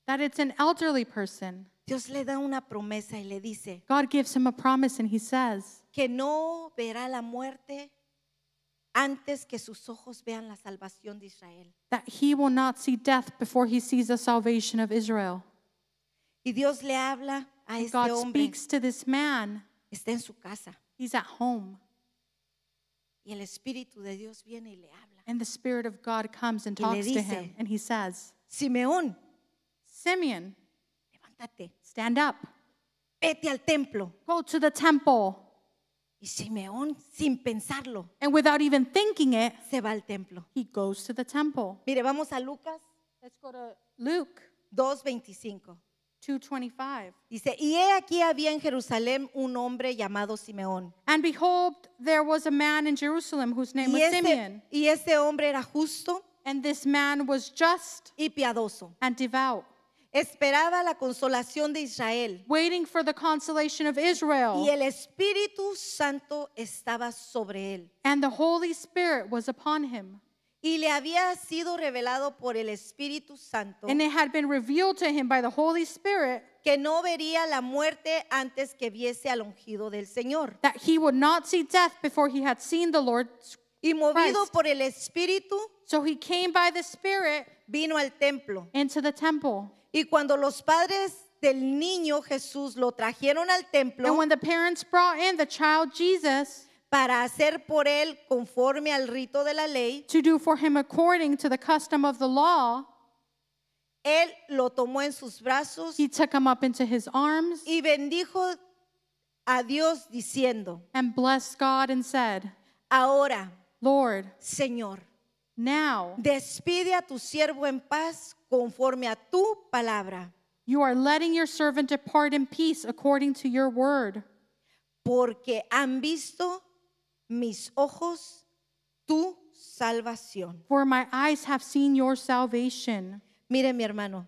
B: that it's an elderly person.
A: Dios le da una promesa y le dice
B: God gives him a promise and he says
A: que no verá la muerte antes que sus ojos vean la salvación de Israel.
B: that he will not see death before he sees the salvation of Israel.
A: Y Dios le habla a este
B: God
A: hombre.
B: speaks to this man.
A: Está en su casa
B: He's at home.
A: y el Espíritu de Dios viene y le habla.
B: And the Spirit of God comes and
A: Y le
B: talks to
A: dice,
B: him. And he says,
A: Simeón,
B: Simeon,
A: levántate,
B: stand up,
A: vete al templo.
B: go to the temple.
A: Y Simeón, sin pensarlo,
B: And without even thinking it,
A: se va al templo.
B: he goes to the temple.
A: Mire, vamos a Lucas
B: Let's go to Luke
A: 2.25.
B: 2:25.
A: Dice, y he aquí había en Jerusalén un hombre llamado Simeón.
B: And behold, there was a man in Jerusalem whose name
A: Y
B: was
A: ese,
B: Simeon,
A: y ese hombre era justo
B: and this man was just
A: y piadoso.
B: and devout,
A: Esperaba la consolación de Israel.
B: waiting for the consolation of Israel.
A: Y el Espíritu Santo estaba sobre él.
B: And the Holy Spirit was upon him.
A: Y le había sido revelado por el Espíritu Santo
B: And it had been revealed to him by the Holy Spirit
A: que no vería la muerte antes que viese al ungido del Señor.
B: that he would not see death before he had seen the Lord.
A: Y movido
B: Christ.
A: por el Espíritu,
B: So he came by the Spirit
A: vino al templo.
B: into the temple.
A: Y cuando los padres del niño Jesús lo trajeron al
B: And
A: templo,
B: when the parents brought in the child Jesus,
A: para hacer por él conforme al rito de la ley,
B: to do for him according to the custom of the law,
A: él lo tomó en sus brazos
B: he took him up into his arms
A: y bendijo a Dios diciendo,
B: and blessed God and said,
A: ahora,
B: Lord,
A: Señor,
B: now
A: despide a tu siervo en paz conforme a tu palabra,
B: you are letting your servant depart in peace according to your word,
A: porque han visto mis ojos tu salvación.
B: for my eyes have seen your salvation.
A: Mire mi hermano,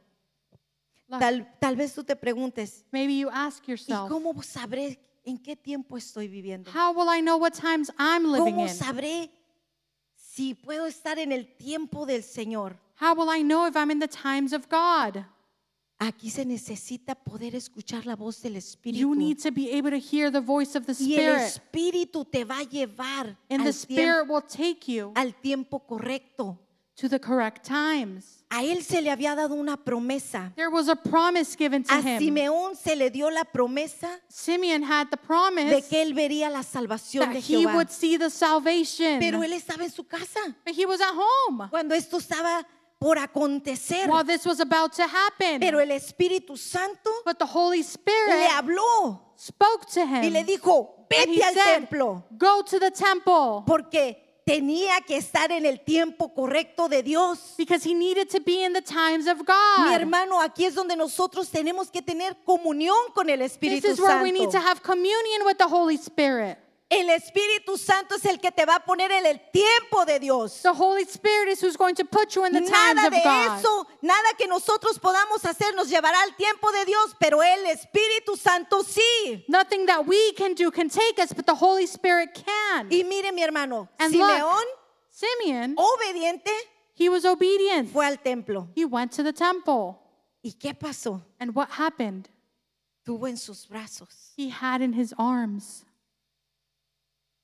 B: La-
A: tal, tal vez tú te preguntes,
B: Maybe you ask
A: ¿y
B: yourself,
A: cómo sabré en qué tiempo estoy viviendo?
B: how will I know what times I'm living
A: ¿Cómo
B: in?
A: sabré si puedo estar en el tiempo del Señor?
B: How will I know if I'm in the times of God?
A: Aquí se necesita poder escuchar la voz del Espíritu.
B: You need to be able to hear the voice of the
A: y el
B: Spirit,
A: Espíritu te va a llevar
B: and the
A: al, tiempo,
B: Spirit will take you
A: al tiempo correcto.
B: to the correct times.
A: A él se le había dado una promesa.
B: There was a promise given to
A: A
B: him.
A: Simeón se le dio la promesa
B: Simeon had the
A: de
B: promise
A: que él vería la salvación
B: that
A: de
B: he
A: Jehová.
B: would see the salvation,
A: Pero él estaba en su casa
B: but he was at home
A: cuando esto estaba por acontecer.
B: while this was about to happen.
A: Pero el Espíritu Santo
B: But the Holy
A: le
B: Spirit
A: habló
B: spoke to him,
A: y le dijo,
B: and he
A: vete al
B: said,
A: templo.
B: "Go to the temple."
A: porque tenía que estar en el tiempo correcto de Dios.
B: Because he needed to be in the times of
A: Mi
B: God.
A: hermano, aquí es donde nosotros tenemos que tener comunión con el
B: This
A: Espíritu
B: is where we need to
A: Santo.
B: have communion with the Holy Spirit.
A: El Espíritu Santo es el que te va a poner en el tiempo de Dios.
B: The Holy Spirit is who's going to put you in the times
A: Nada
B: of
A: de
B: God.
A: eso, nada que nosotros podamos hacer nos llevará al tiempo de Dios, pero el Espíritu Santo sí.
B: Nothing that we can do can take us, but the Holy Spirit can.
A: Y mire mi hermano,
B: And
A: Simeón,
B: look, Simeon,
A: obediente,
B: he was obedient.
A: fue al templo.
B: He went to the temple.
A: ¿Y qué pasó?
B: And what happened?
A: Tuvo en sus brazos
B: He had in his arms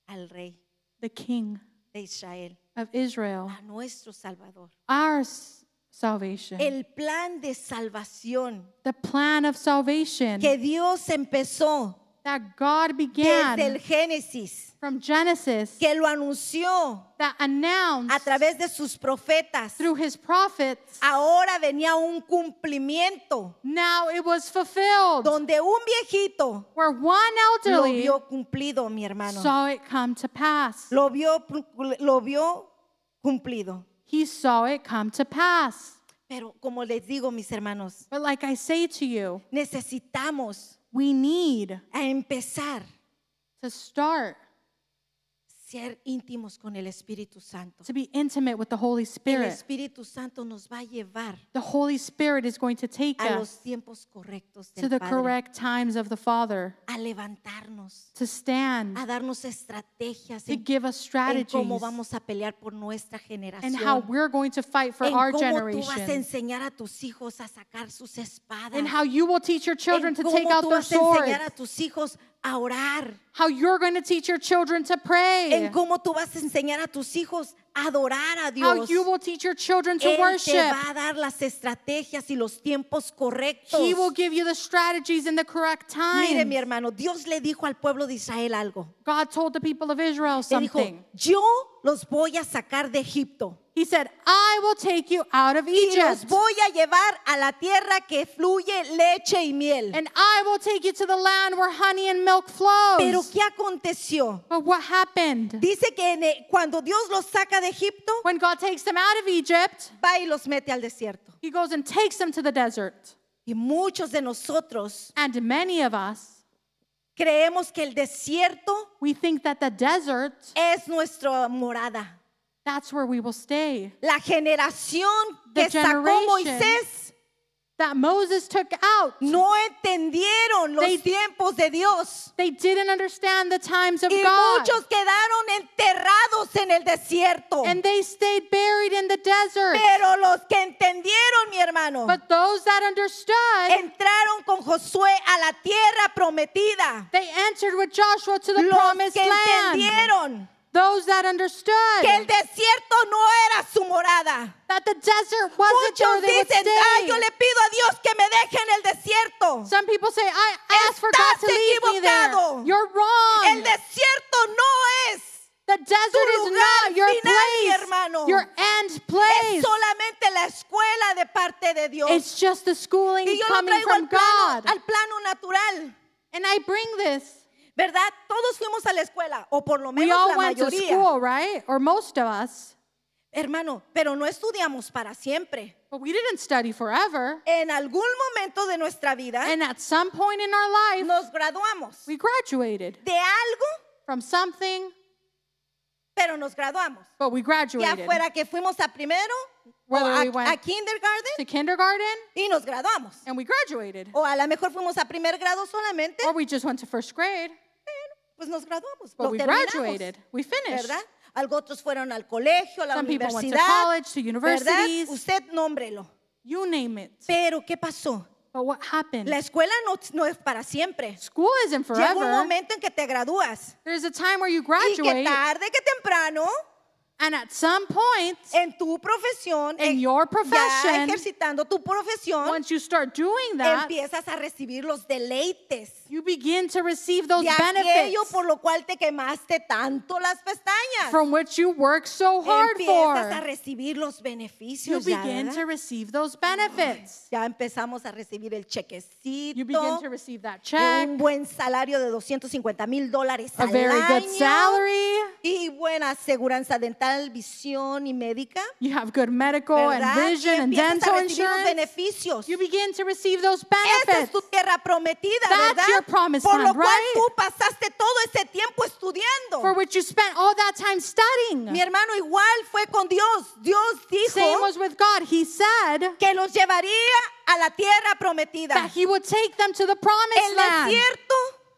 A: al rey
B: the king
A: de Israel,
B: of Israel,
A: a nuestro Salvador.
B: our s- salvation,
A: el plan de salvación
B: the plan of salvation
A: que Dios empezó
B: that God
A: desde el
B: began
A: Génesis,
B: from Genesis,
A: que lo anunció
B: that
A: a
B: announced
A: través de sus profetas.
B: through his prophets,
A: Ahora venía un cumplimiento
B: now it was fulfilled,
A: donde un viejito
B: where one
A: lo
B: elderly
A: vio cumplido, mi hermano.
B: saw it come to pass.
A: Lo vio, lo vio cumplido.
B: He saw it come to pass.
A: Pero como les digo, mis hermanos,
B: But like I say to you,
A: necesitamos
B: we need
A: a empezar
B: to start
A: ser íntimos con el Espíritu Santo.
B: to be intimate with the Holy
A: El
B: Spirit.
A: Espíritu Santo nos va a llevar
B: The Holy Spirit is going to take
A: a los
B: us
A: tiempos correctos
B: to
A: del
B: the
A: Padre,
B: correct times of the Father,
A: a levantarnos,
B: to stand,
A: a darnos estrategias
B: to
A: Ah, en,
B: give us
A: en cómo
B: strategies,
A: vamos a pelear por nuestra
B: and
A: generación,
B: how we're going to fight for
A: en
B: our
A: cómo tú vas a
B: generation,
A: enseñar a tus hijos a sacar sus espadas,
B: and how you will teach your children
A: en
B: to
A: cómo
B: take out
A: tú
B: their
A: vas a
B: swords,
A: enseñar a tus hijos a orar,
B: how you're going to teach your children to pray,
A: en cómo tú vas a enseñar a tus hijos a adorar a
B: how
A: Dios.
B: you will teach your children to
A: Él te
B: worship.
A: va a dar las estrategias y los tiempos correctos.
B: He will give you the strategies in the correct
A: Mire, mi
B: time.
A: hermano, Dios le dijo al pueblo de Israel algo.
B: God told the people of Israel
A: Le dijo,
B: something.
A: yo los voy a sacar de Egipto
B: He said, I will take you out of
A: y los
B: Egypt,
A: voy a llevar a la tierra que fluye leche y miel.
B: and I will take you to the land where honey and milk
A: Pero
B: flows.
A: ¿qué aconteció?
B: But what happened?
A: Dice que en e- cuando Dios los saca de Egipto,
B: When God takes them out of Egypt,
A: va y los mete al desierto.
B: he goes and takes them to the desert.
A: Y muchos de nosotros
B: And many of us,
A: creemos que el desierto
B: we think that the desert,
A: es nuestra morada.
B: that's where we will stay.
A: La generación
B: The
A: que sacó
B: generation-
A: Moisés
B: That Moses took out.
A: no entendieron los
B: They-
A: tiempos de Dios.
B: They didn't understand the times of
A: Y
B: God.
A: muchos quedaron enterrados en el desierto.
B: And they stayed buried in the desert.
A: Pero los que entendieron, mi hermano,
B: But those that understood,
A: entraron con Josué a la tierra prometida.
B: they entered with Joshua to the
A: Los
B: promised
A: que
B: land.
A: entendieron
B: Those that
A: que el
B: understood
A: desierto no era su desolada.
B: that the desert wasn't where
A: Muchos
B: they would
A: dicen, ah,
B: stay.
A: yo le pido a Dios que me deje en el desierto.
B: Some people say, I asked for God to
A: Estás
B: leave me there.
A: equivocado.
B: You're wrong.
A: El desierto no es,
B: the desert is
A: lugar
B: not
A: final, mi
B: your place,
A: hermano.
B: your end
A: es
B: place.
A: solamente la escuela de parte de Dios.
B: It's just the schooling
A: y yo lo
B: coming
A: traigo
B: from
A: al plano,
B: God.
A: al plano natural.
B: And I bring this.
A: ¿Verdad? Todos fuimos a la escuela, o por lo
B: We
A: menos
B: all
A: la
B: went to
A: mayoría.
B: school, right? Or most of us.
A: Hermano, pero no estudiamos para siempre.
B: But we didn't study forever.
A: En algún momento de nuestra vida
B: And at some point in our life,
A: nos graduamos
B: we graduated
A: de algo,
B: from something,
A: pero nos graduamos.
B: but we
A: Ya
B: graduated
A: fuera que fuimos a primero, o
B: Whether
A: a,
B: we went
A: a kindergarten
B: to kindergarten
A: y nos graduamos.
B: and we graduated.
A: O a lo mejor fuimos a primer grado solamente,
B: Or we just went to first grade,
A: pues nos graduamos.
B: but
A: Lo
B: we
A: terminamos,
B: graduated. We finished.
A: ¿Verdad? Algo otros fueron al colegio, a la
B: Some people went to
A: universidad.
B: college, to
A: ¿Verdad?
B: universities.
A: Usted nómbrelo.
B: You name it.
A: Pero ¿qué pasó?
B: But what happened?
A: La escuela no, no es para siempre.
B: School isn't
A: Llega un
B: forever.
A: momento en que te gradúas.
B: There's a time where you
A: Y que
B: graduate,
A: tarde que temprano,
B: and at some point,
A: en tu profesión,
B: In
A: en-
B: your
A: ya
B: profession,
A: ejercitando tu profesión,
B: once you start doing that,
A: empiezas a recibir los deleites
B: you begin to receive those
A: de aquello
B: benefits
A: por lo cual te quemaste tanto las pestañas.
B: from which you work so hard
A: Empiezas a
B: for.
A: recibir los
B: You
A: beneficios. Ya,
B: begin
A: ¿verdad?
B: to receive those benefits.
A: Ya empezamos a recibir el
B: You begin
A: chequecito.
B: to receive that
A: de
B: check,
A: un buen salario de 250 mil dólares
B: a
A: al
B: very good
A: año.
B: salary.
A: y buena aseguranza dental, visión y médica.
B: You have good medical and
A: ¿verdad? y
B: vision and
A: empiezas
B: dental
A: a recibir los
B: insurance.
A: beneficios.
B: You begin to receive those
A: Esa es
B: benefits.
A: tu tierra prometida,
B: That's
A: ¿verdad?
B: your promised
A: Por lo
B: land,
A: cual
B: right?
A: tú pasaste todo ese tiempo estudiando.
B: for which you spent all that time studying.
A: Mi hermano igual fue con Dios. Dios
B: Same
A: dijo
B: was with God. He said
A: que los llevaría a la tierra prometida.
B: that He would take them to the promised
A: El
B: land.
A: desierto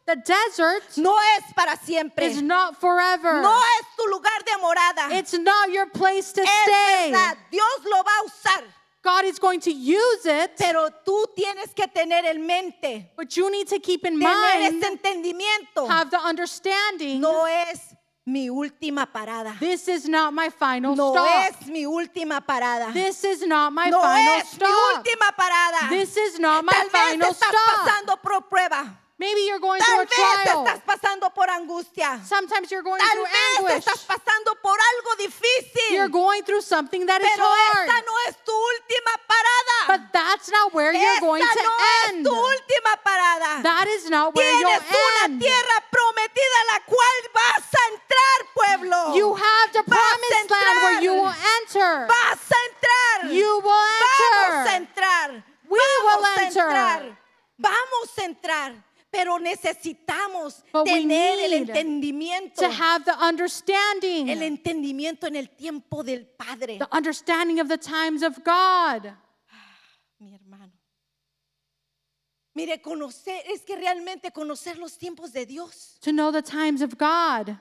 B: The desert
A: no es para siempre.
B: is not forever.
A: No es tu lugar de morada.
B: It's not your place to
A: es
B: stay.
A: verdad. Dios lo va a usar.
B: God is going to use it,
A: Pero tú tienes que tener en mente
B: but you need to keep in
A: tener
B: mind,
A: este entendimiento.
B: have the understanding.
A: No es mi última parada.
B: This is not my final
A: No
B: stop.
A: es mi última parada.
B: This is not my
A: No
B: final
A: es mi
B: stop.
A: última parada.
B: This is not my
A: Tal vez
B: final
A: estás
B: stop.
A: pasando por prueba.
B: Maybe you're going through
A: Tal
B: a
A: vez
B: trial.
A: estás pasando por angustia.
B: Sometimes you're going
A: Tal
B: through
A: vez
B: anguish.
A: estás pasando por algo
B: You're
A: difícil.
B: going through something that is
A: Pero esta
B: hard.
A: no es tu última parada.
B: But that's not where you're
A: Esta
B: going to
A: no es
B: end.
A: tu última parada.
B: That is not where
A: Tienes
B: you'll
A: una
B: end.
A: tierra prometida a la cual vas a entrar, pueblo.
B: You have the
A: Vas a
B: promised land where you will enter.
A: vas a entrar.
B: You will
A: Vamos a
B: enter.
A: entrar.
B: We
A: Vamos
B: will
A: a
B: enter.
A: entrar. Vamos a entrar. Pero necesitamos
B: But we
A: tener el
B: need
A: entendimiento.
B: To have the understanding,
A: El entendimiento en el tiempo del Padre.
B: the understanding of the times of God.
A: Mi hermano. Mire, conocer, es que realmente conocer los tiempos de Dios
B: To know the times of God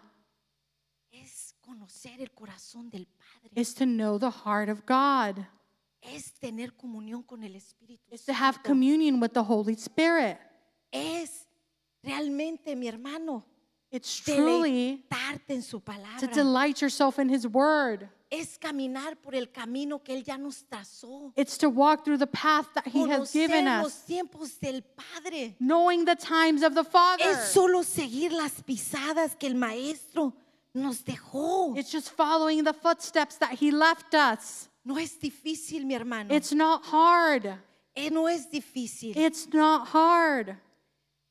A: es conocer el corazón del Padre.
B: is to know the heart of God,
A: es tener comunión con el Espíritu
B: is to have
A: Santo.
B: communion with the Holy Spirit.
A: Es realmente, mi hermano,
B: It's truly
A: deleitarte en su
B: to
A: palabra.
B: delight yourself in His Word.
A: Es caminar por el camino que Él ya nos trazó.
B: It's to walk through the path that He has given
A: Conocer
B: us,
A: los tiempos del Padre.
B: knowing the times of the Father.
A: Es solo seguir las pisadas que el Maestro nos dejó.
B: It's just following the footsteps that He left us.
A: No es difícil, mi hermano.
B: It's not hard.
A: Eh, No es difícil.
B: It's not hard.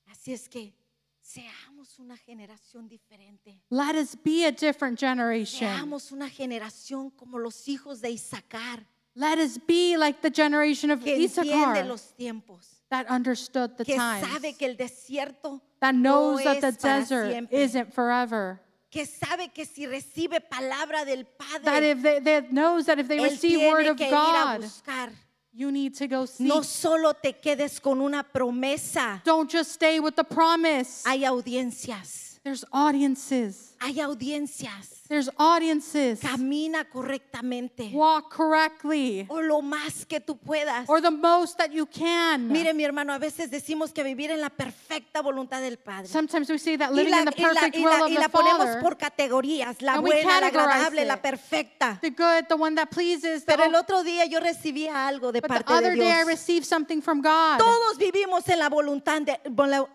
A: Así es que seamos una generación diferente.
B: Let us be a different generation.
A: Seamos una generación como los hijos de Isaacar.
B: Let us be like the generation of
A: que entiende
B: Issachar
A: los tiempos,
B: that understood the
A: que
B: times,
A: sabe que el desierto
B: that
A: no
B: knows that the
A: es para
B: desert
A: siempre,
B: isn't forever,
A: que sabe que si recibe palabra del
B: that
A: Padre,
B: if they, that knows that if they
A: él
B: receive word
A: tiene
B: of
A: que ir a
B: God,
A: buscar.
B: you need to go seek.
A: No solo te quedes con una promesa,
B: Don't just stay with the promise.
A: hay audiencias.
B: There's audiences.
A: Hay audiencias.
B: There's audiences.
A: Camina correctamente.
B: Walk correctly
A: O lo más que tú puedas.
B: or the most that you can.
A: Mire, mi hermano, a veces decimos que vivir en la perfecta voluntad del Padre.
B: Sometimes we say that
A: Y
B: living
A: la,
B: in the
A: y la-
B: perfect
A: y la-
B: will of
A: y
B: the
A: la ponemos
B: Father,
A: por categorías, la
B: And we
A: buena, la
B: categorize
A: agradable,
B: it.
A: la perfecta.
B: the good, the one that pleases, the
A: Pero el
B: o-
A: otro día yo recibía algo de
B: but the
A: parte de
B: other day I
A: Dios.
B: received something from God.
A: Todos vivimos en la voluntad, de-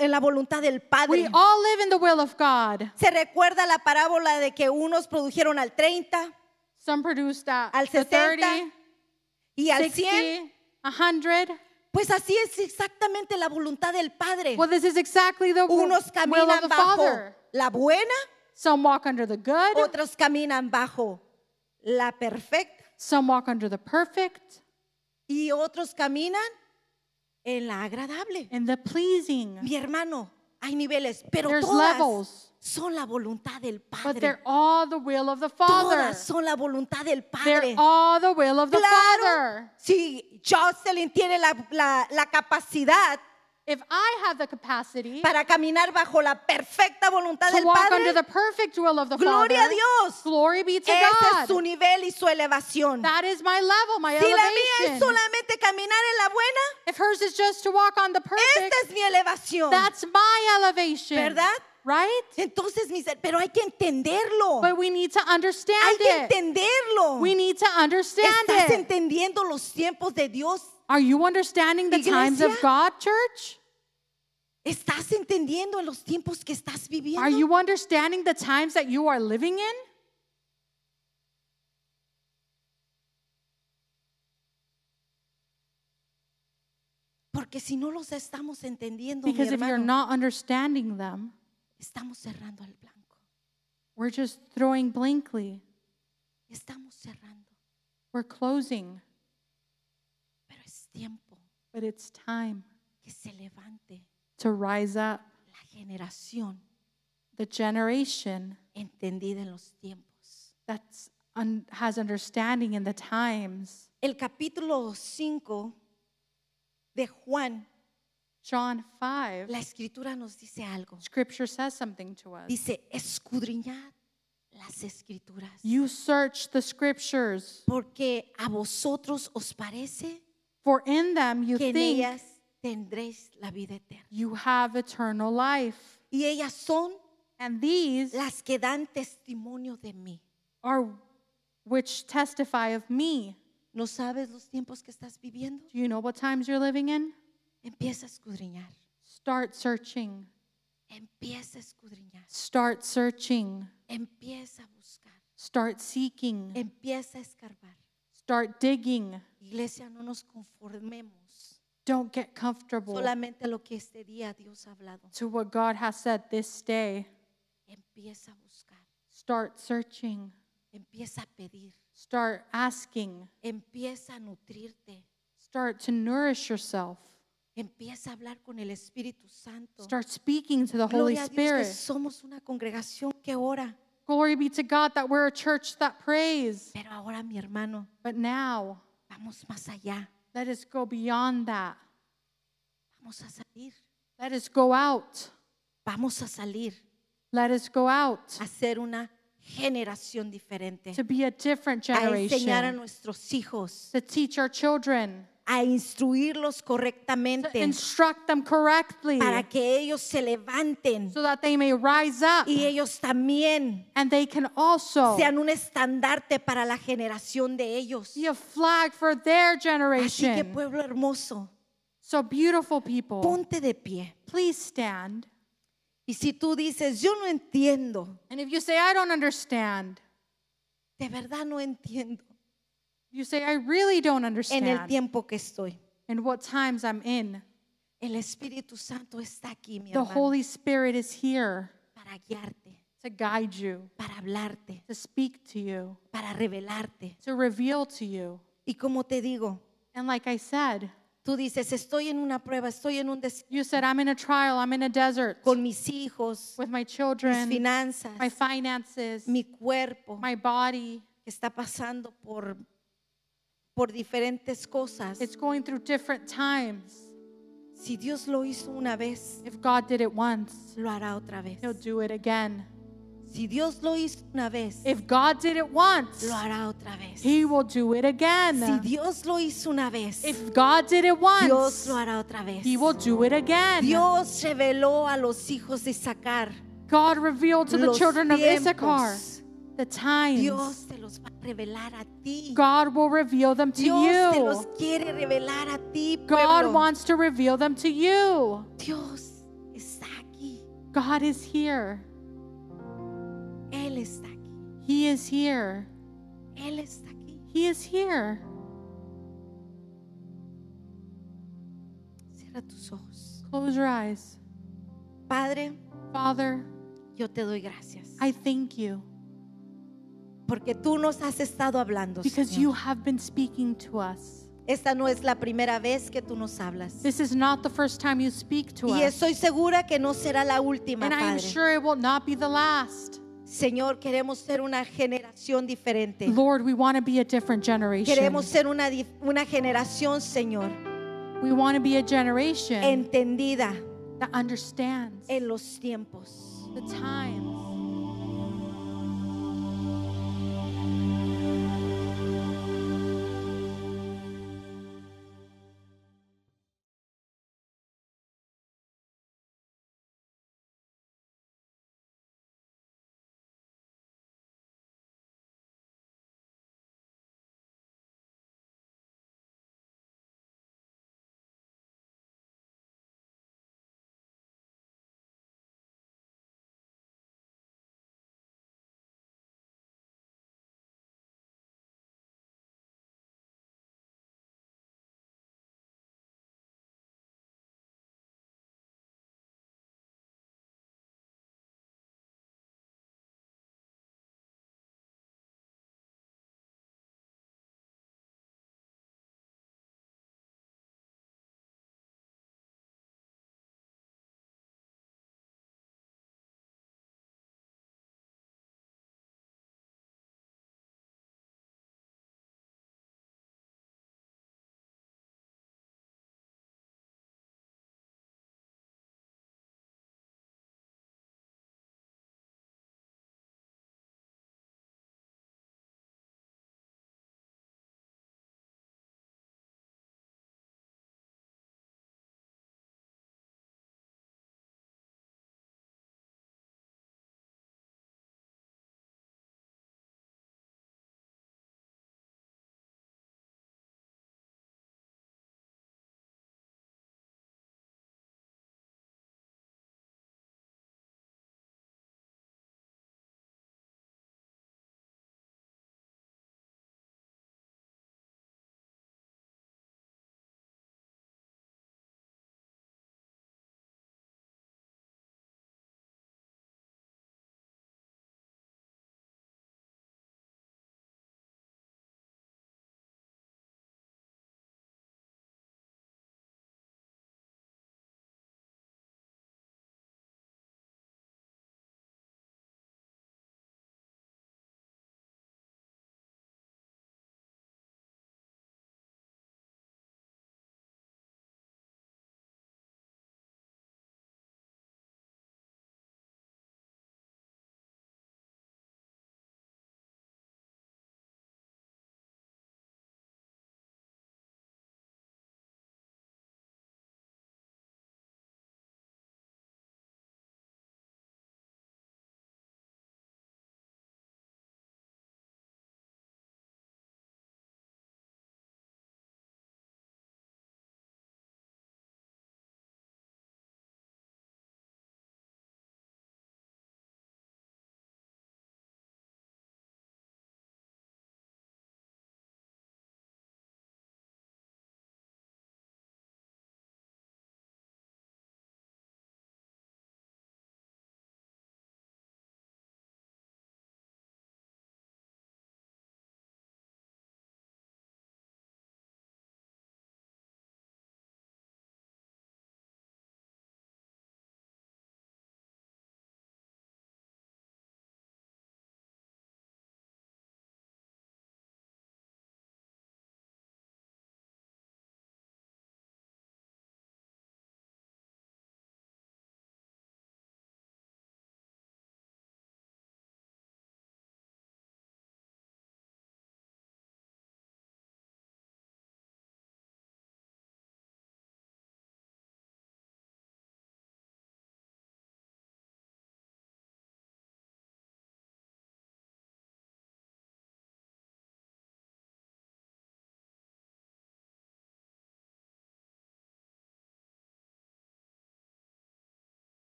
A: en la voluntad del
B: We
A: Padre.
B: all live in the will of God.
A: Se recuerda la parábola de que unos produjeron al 30
B: Some produced at
A: Al
B: the 30,
A: 60, y al 100.
B: 60, 100.
A: Pues así es exactamente la voluntad del Padre.
B: Well, this is exactly the will
A: Unos
B: of the
A: caminan bajo
B: Father.
A: la buena,
B: Some walk under the good,
A: otros caminan bajo la perfecta
B: some walk under the perfect
A: y otros caminan en la agradable.
B: and the pleasing.
A: Mi hermano, hay niveles, pero
B: There's
A: todas
B: levels.
A: son la voluntad del
B: But they're
A: Padre.
B: all the will of the Father.
A: Todas son la voluntad del Padre.
B: They're all the will of the
A: Claro,
B: Father.
A: si Jocelyn tiene la, la- la capacidad
B: If I have the capacity
A: para caminar bajo la perfecta voluntad
B: to
A: del
B: walk under the
A: Padre,
B: perfect will of the
A: gloria a
B: Father,
A: Dios.
B: glory be to
A: Ese
B: God.
A: es su nivel y su elevación.
B: That is my level, my
A: Si la mía es
B: elevation.
A: solamente caminar en la buena,
B: If hers is just to walk on the perfect,
A: esta es mi elevación.
B: that's my elevation.
A: ¿Verdad?
B: Right?
A: Entonces, mis, pero hay que entenderlo.
B: But we need to
A: Hay
B: understand
A: que
B: it.
A: entenderlo.
B: We need to understand
A: ¿Estás
B: it.
A: entendiendo los tiempos de Dios?
B: Are you understanding the times of
A: Iglesia?
B: God, church?
A: ¿Estás entendiendo los tiempos que estás
B: Are
A: viviendo?
B: you understanding the times that you are living in?
A: Porque si no los estamos entendiendo, mi
B: Because if you're
A: hermano,
B: not understanding them,
A: estamos cerrando al blanco.
B: we're just throwing blankly.
A: Estamos cerrando.
B: We're closing.
A: Pero es tiempo
B: But it's time
A: que se levante
B: to rise up
A: la generación
B: the generation
A: entendida en los tiempos.
B: that un- has understanding in the times.
A: El capítulo 5 de Juan,
B: John 5,
A: la escritura nos dice algo.
B: scripture says something to us.
A: Dice, escudriñad las escrituras.
B: You search the scriptures,
A: Porque a vosotros os parece
B: for in them you
A: que en
B: think
A: ellas tendréis la vida eterna.
B: you have eternal life.
A: Y ellas son
B: And these
A: las que dan testimonio de mí.
B: are which testify of me.
A: ¿No sabes los tiempos que estás viviendo?
B: Do you know what times you're living in?
A: Empieza a escudriñar.
B: Start searching.
A: Empieza a escudriñar.
B: Start searching.
A: Empieza a buscar.
B: Start seeking.
A: Empieza a escarbar.
B: Start digging.
A: Iglesia, no nos conformemos
B: Don't get comfortable
A: solamente lo que este día Dios ha hablado.
B: to what God has said this day.
A: Empieza a buscar.
B: Start searching.
A: Empieza a pedir.
B: Start asking.
A: Empieza a nutrirte.
B: Start to nourish yourself.
A: Empieza a hablar con el Espíritu Santo.
B: Start speaking to the Holy
A: Gloria a Dios que
B: Spirit.
A: somos una congregación que ora.
B: Glory be to God that we're a church that prays.
A: Pero ahora, mi hermano,
B: But now,
A: vamos más allá.
B: let us go beyond that.
A: Vamos a salir.
B: Let us go out.
A: Vamos a salir
B: Let us go out
A: a ser una generación diferente.
B: to be a different
A: A enseñar a
B: generation,
A: nuestros hijos,
B: to teach our children,
A: a instruirlos
B: to
A: correctamente
B: instruct them correctly
A: para que ellos se levanten
B: so that they may rise up
A: y ellos también
B: and they can also
A: sean un estandarte para la generación de ellos.
B: be a flag for their
A: Así que
B: generation.
A: pueblo hermoso,
B: So, beautiful people,
A: ponte de pie.
B: please stand.
A: Y si tú dices, yo no entiendo,
B: And if you say, I don't understand,
A: de verdad no entiendo
B: you say, I really don't
A: en el
B: understand
A: tiempo que estoy.
B: and what times I'm in.
A: El Espíritu Santo está aquí, mi
B: The
A: hermano,
B: Holy Spirit is here
A: para guiarte,
B: to guide you,
A: para hablarte,
B: to speak to you,
A: para revelarte.
B: to reveal to you.
A: Y como te digo,
B: And like I said,
A: tú dices, estoy en una prueba, estoy en un desierto
B: you said, I'm in a trial, I'm in a desert
A: con mis hijos,
B: with my
A: mis
B: children,
A: finanzas,
B: my finances,
A: mi cuerpo,
B: my body.
A: que está pasando por por diferentes cosas.
B: It's going through different times.
A: Si Dios lo hizo una vez,
B: If God did it once,
A: lo hará otra vez.
B: He'll do it again.
A: Si Dios lo hizo una vez,
B: If God did it once,
A: lo hará otra vez.
B: He will do it
A: Si
B: again.
A: Dios lo hizo una vez,
B: If God did it
A: Dios
B: once,
A: lo hará otra vez.
B: He will do it again.
A: Dios reveló a los hijos de Isaacar.
B: God revealed to the
A: Los
B: children of Issachar
A: tiempos.
B: the times.
A: Dios te los va a revelar a ti.
B: God will reveal them to
A: Dios te los
B: you.
A: quiere revelar a ti,
B: God
A: pueblo.
B: wants to reveal them to you.
A: Dios está aquí.
B: God is here.
A: Él está aquí.
B: He is here.
A: Él está aquí.
B: He is here.
A: Cierra tus ojos.
B: Close your eyes.
A: Padre,
B: Father,
A: yo te doy gracias.
B: I thank you
A: Porque tú nos has estado hablando.
B: because
A: Señor.
B: you have been speaking to us.
A: Esta no es la primera vez que tú nos hablas.
B: This is not the first time you speak to
A: Y
B: us.
A: estoy segura que no será la última,
B: And I am
A: Padre.
B: sure it will not be the last.
A: Señor, queremos ser una generación diferente.
B: Lord, we want to be a different generation.
A: Queremos ser una, dif- una generación, Señor,
B: We want to be a generation
A: entendida
B: that understands
A: en los tiempos.
B: the times.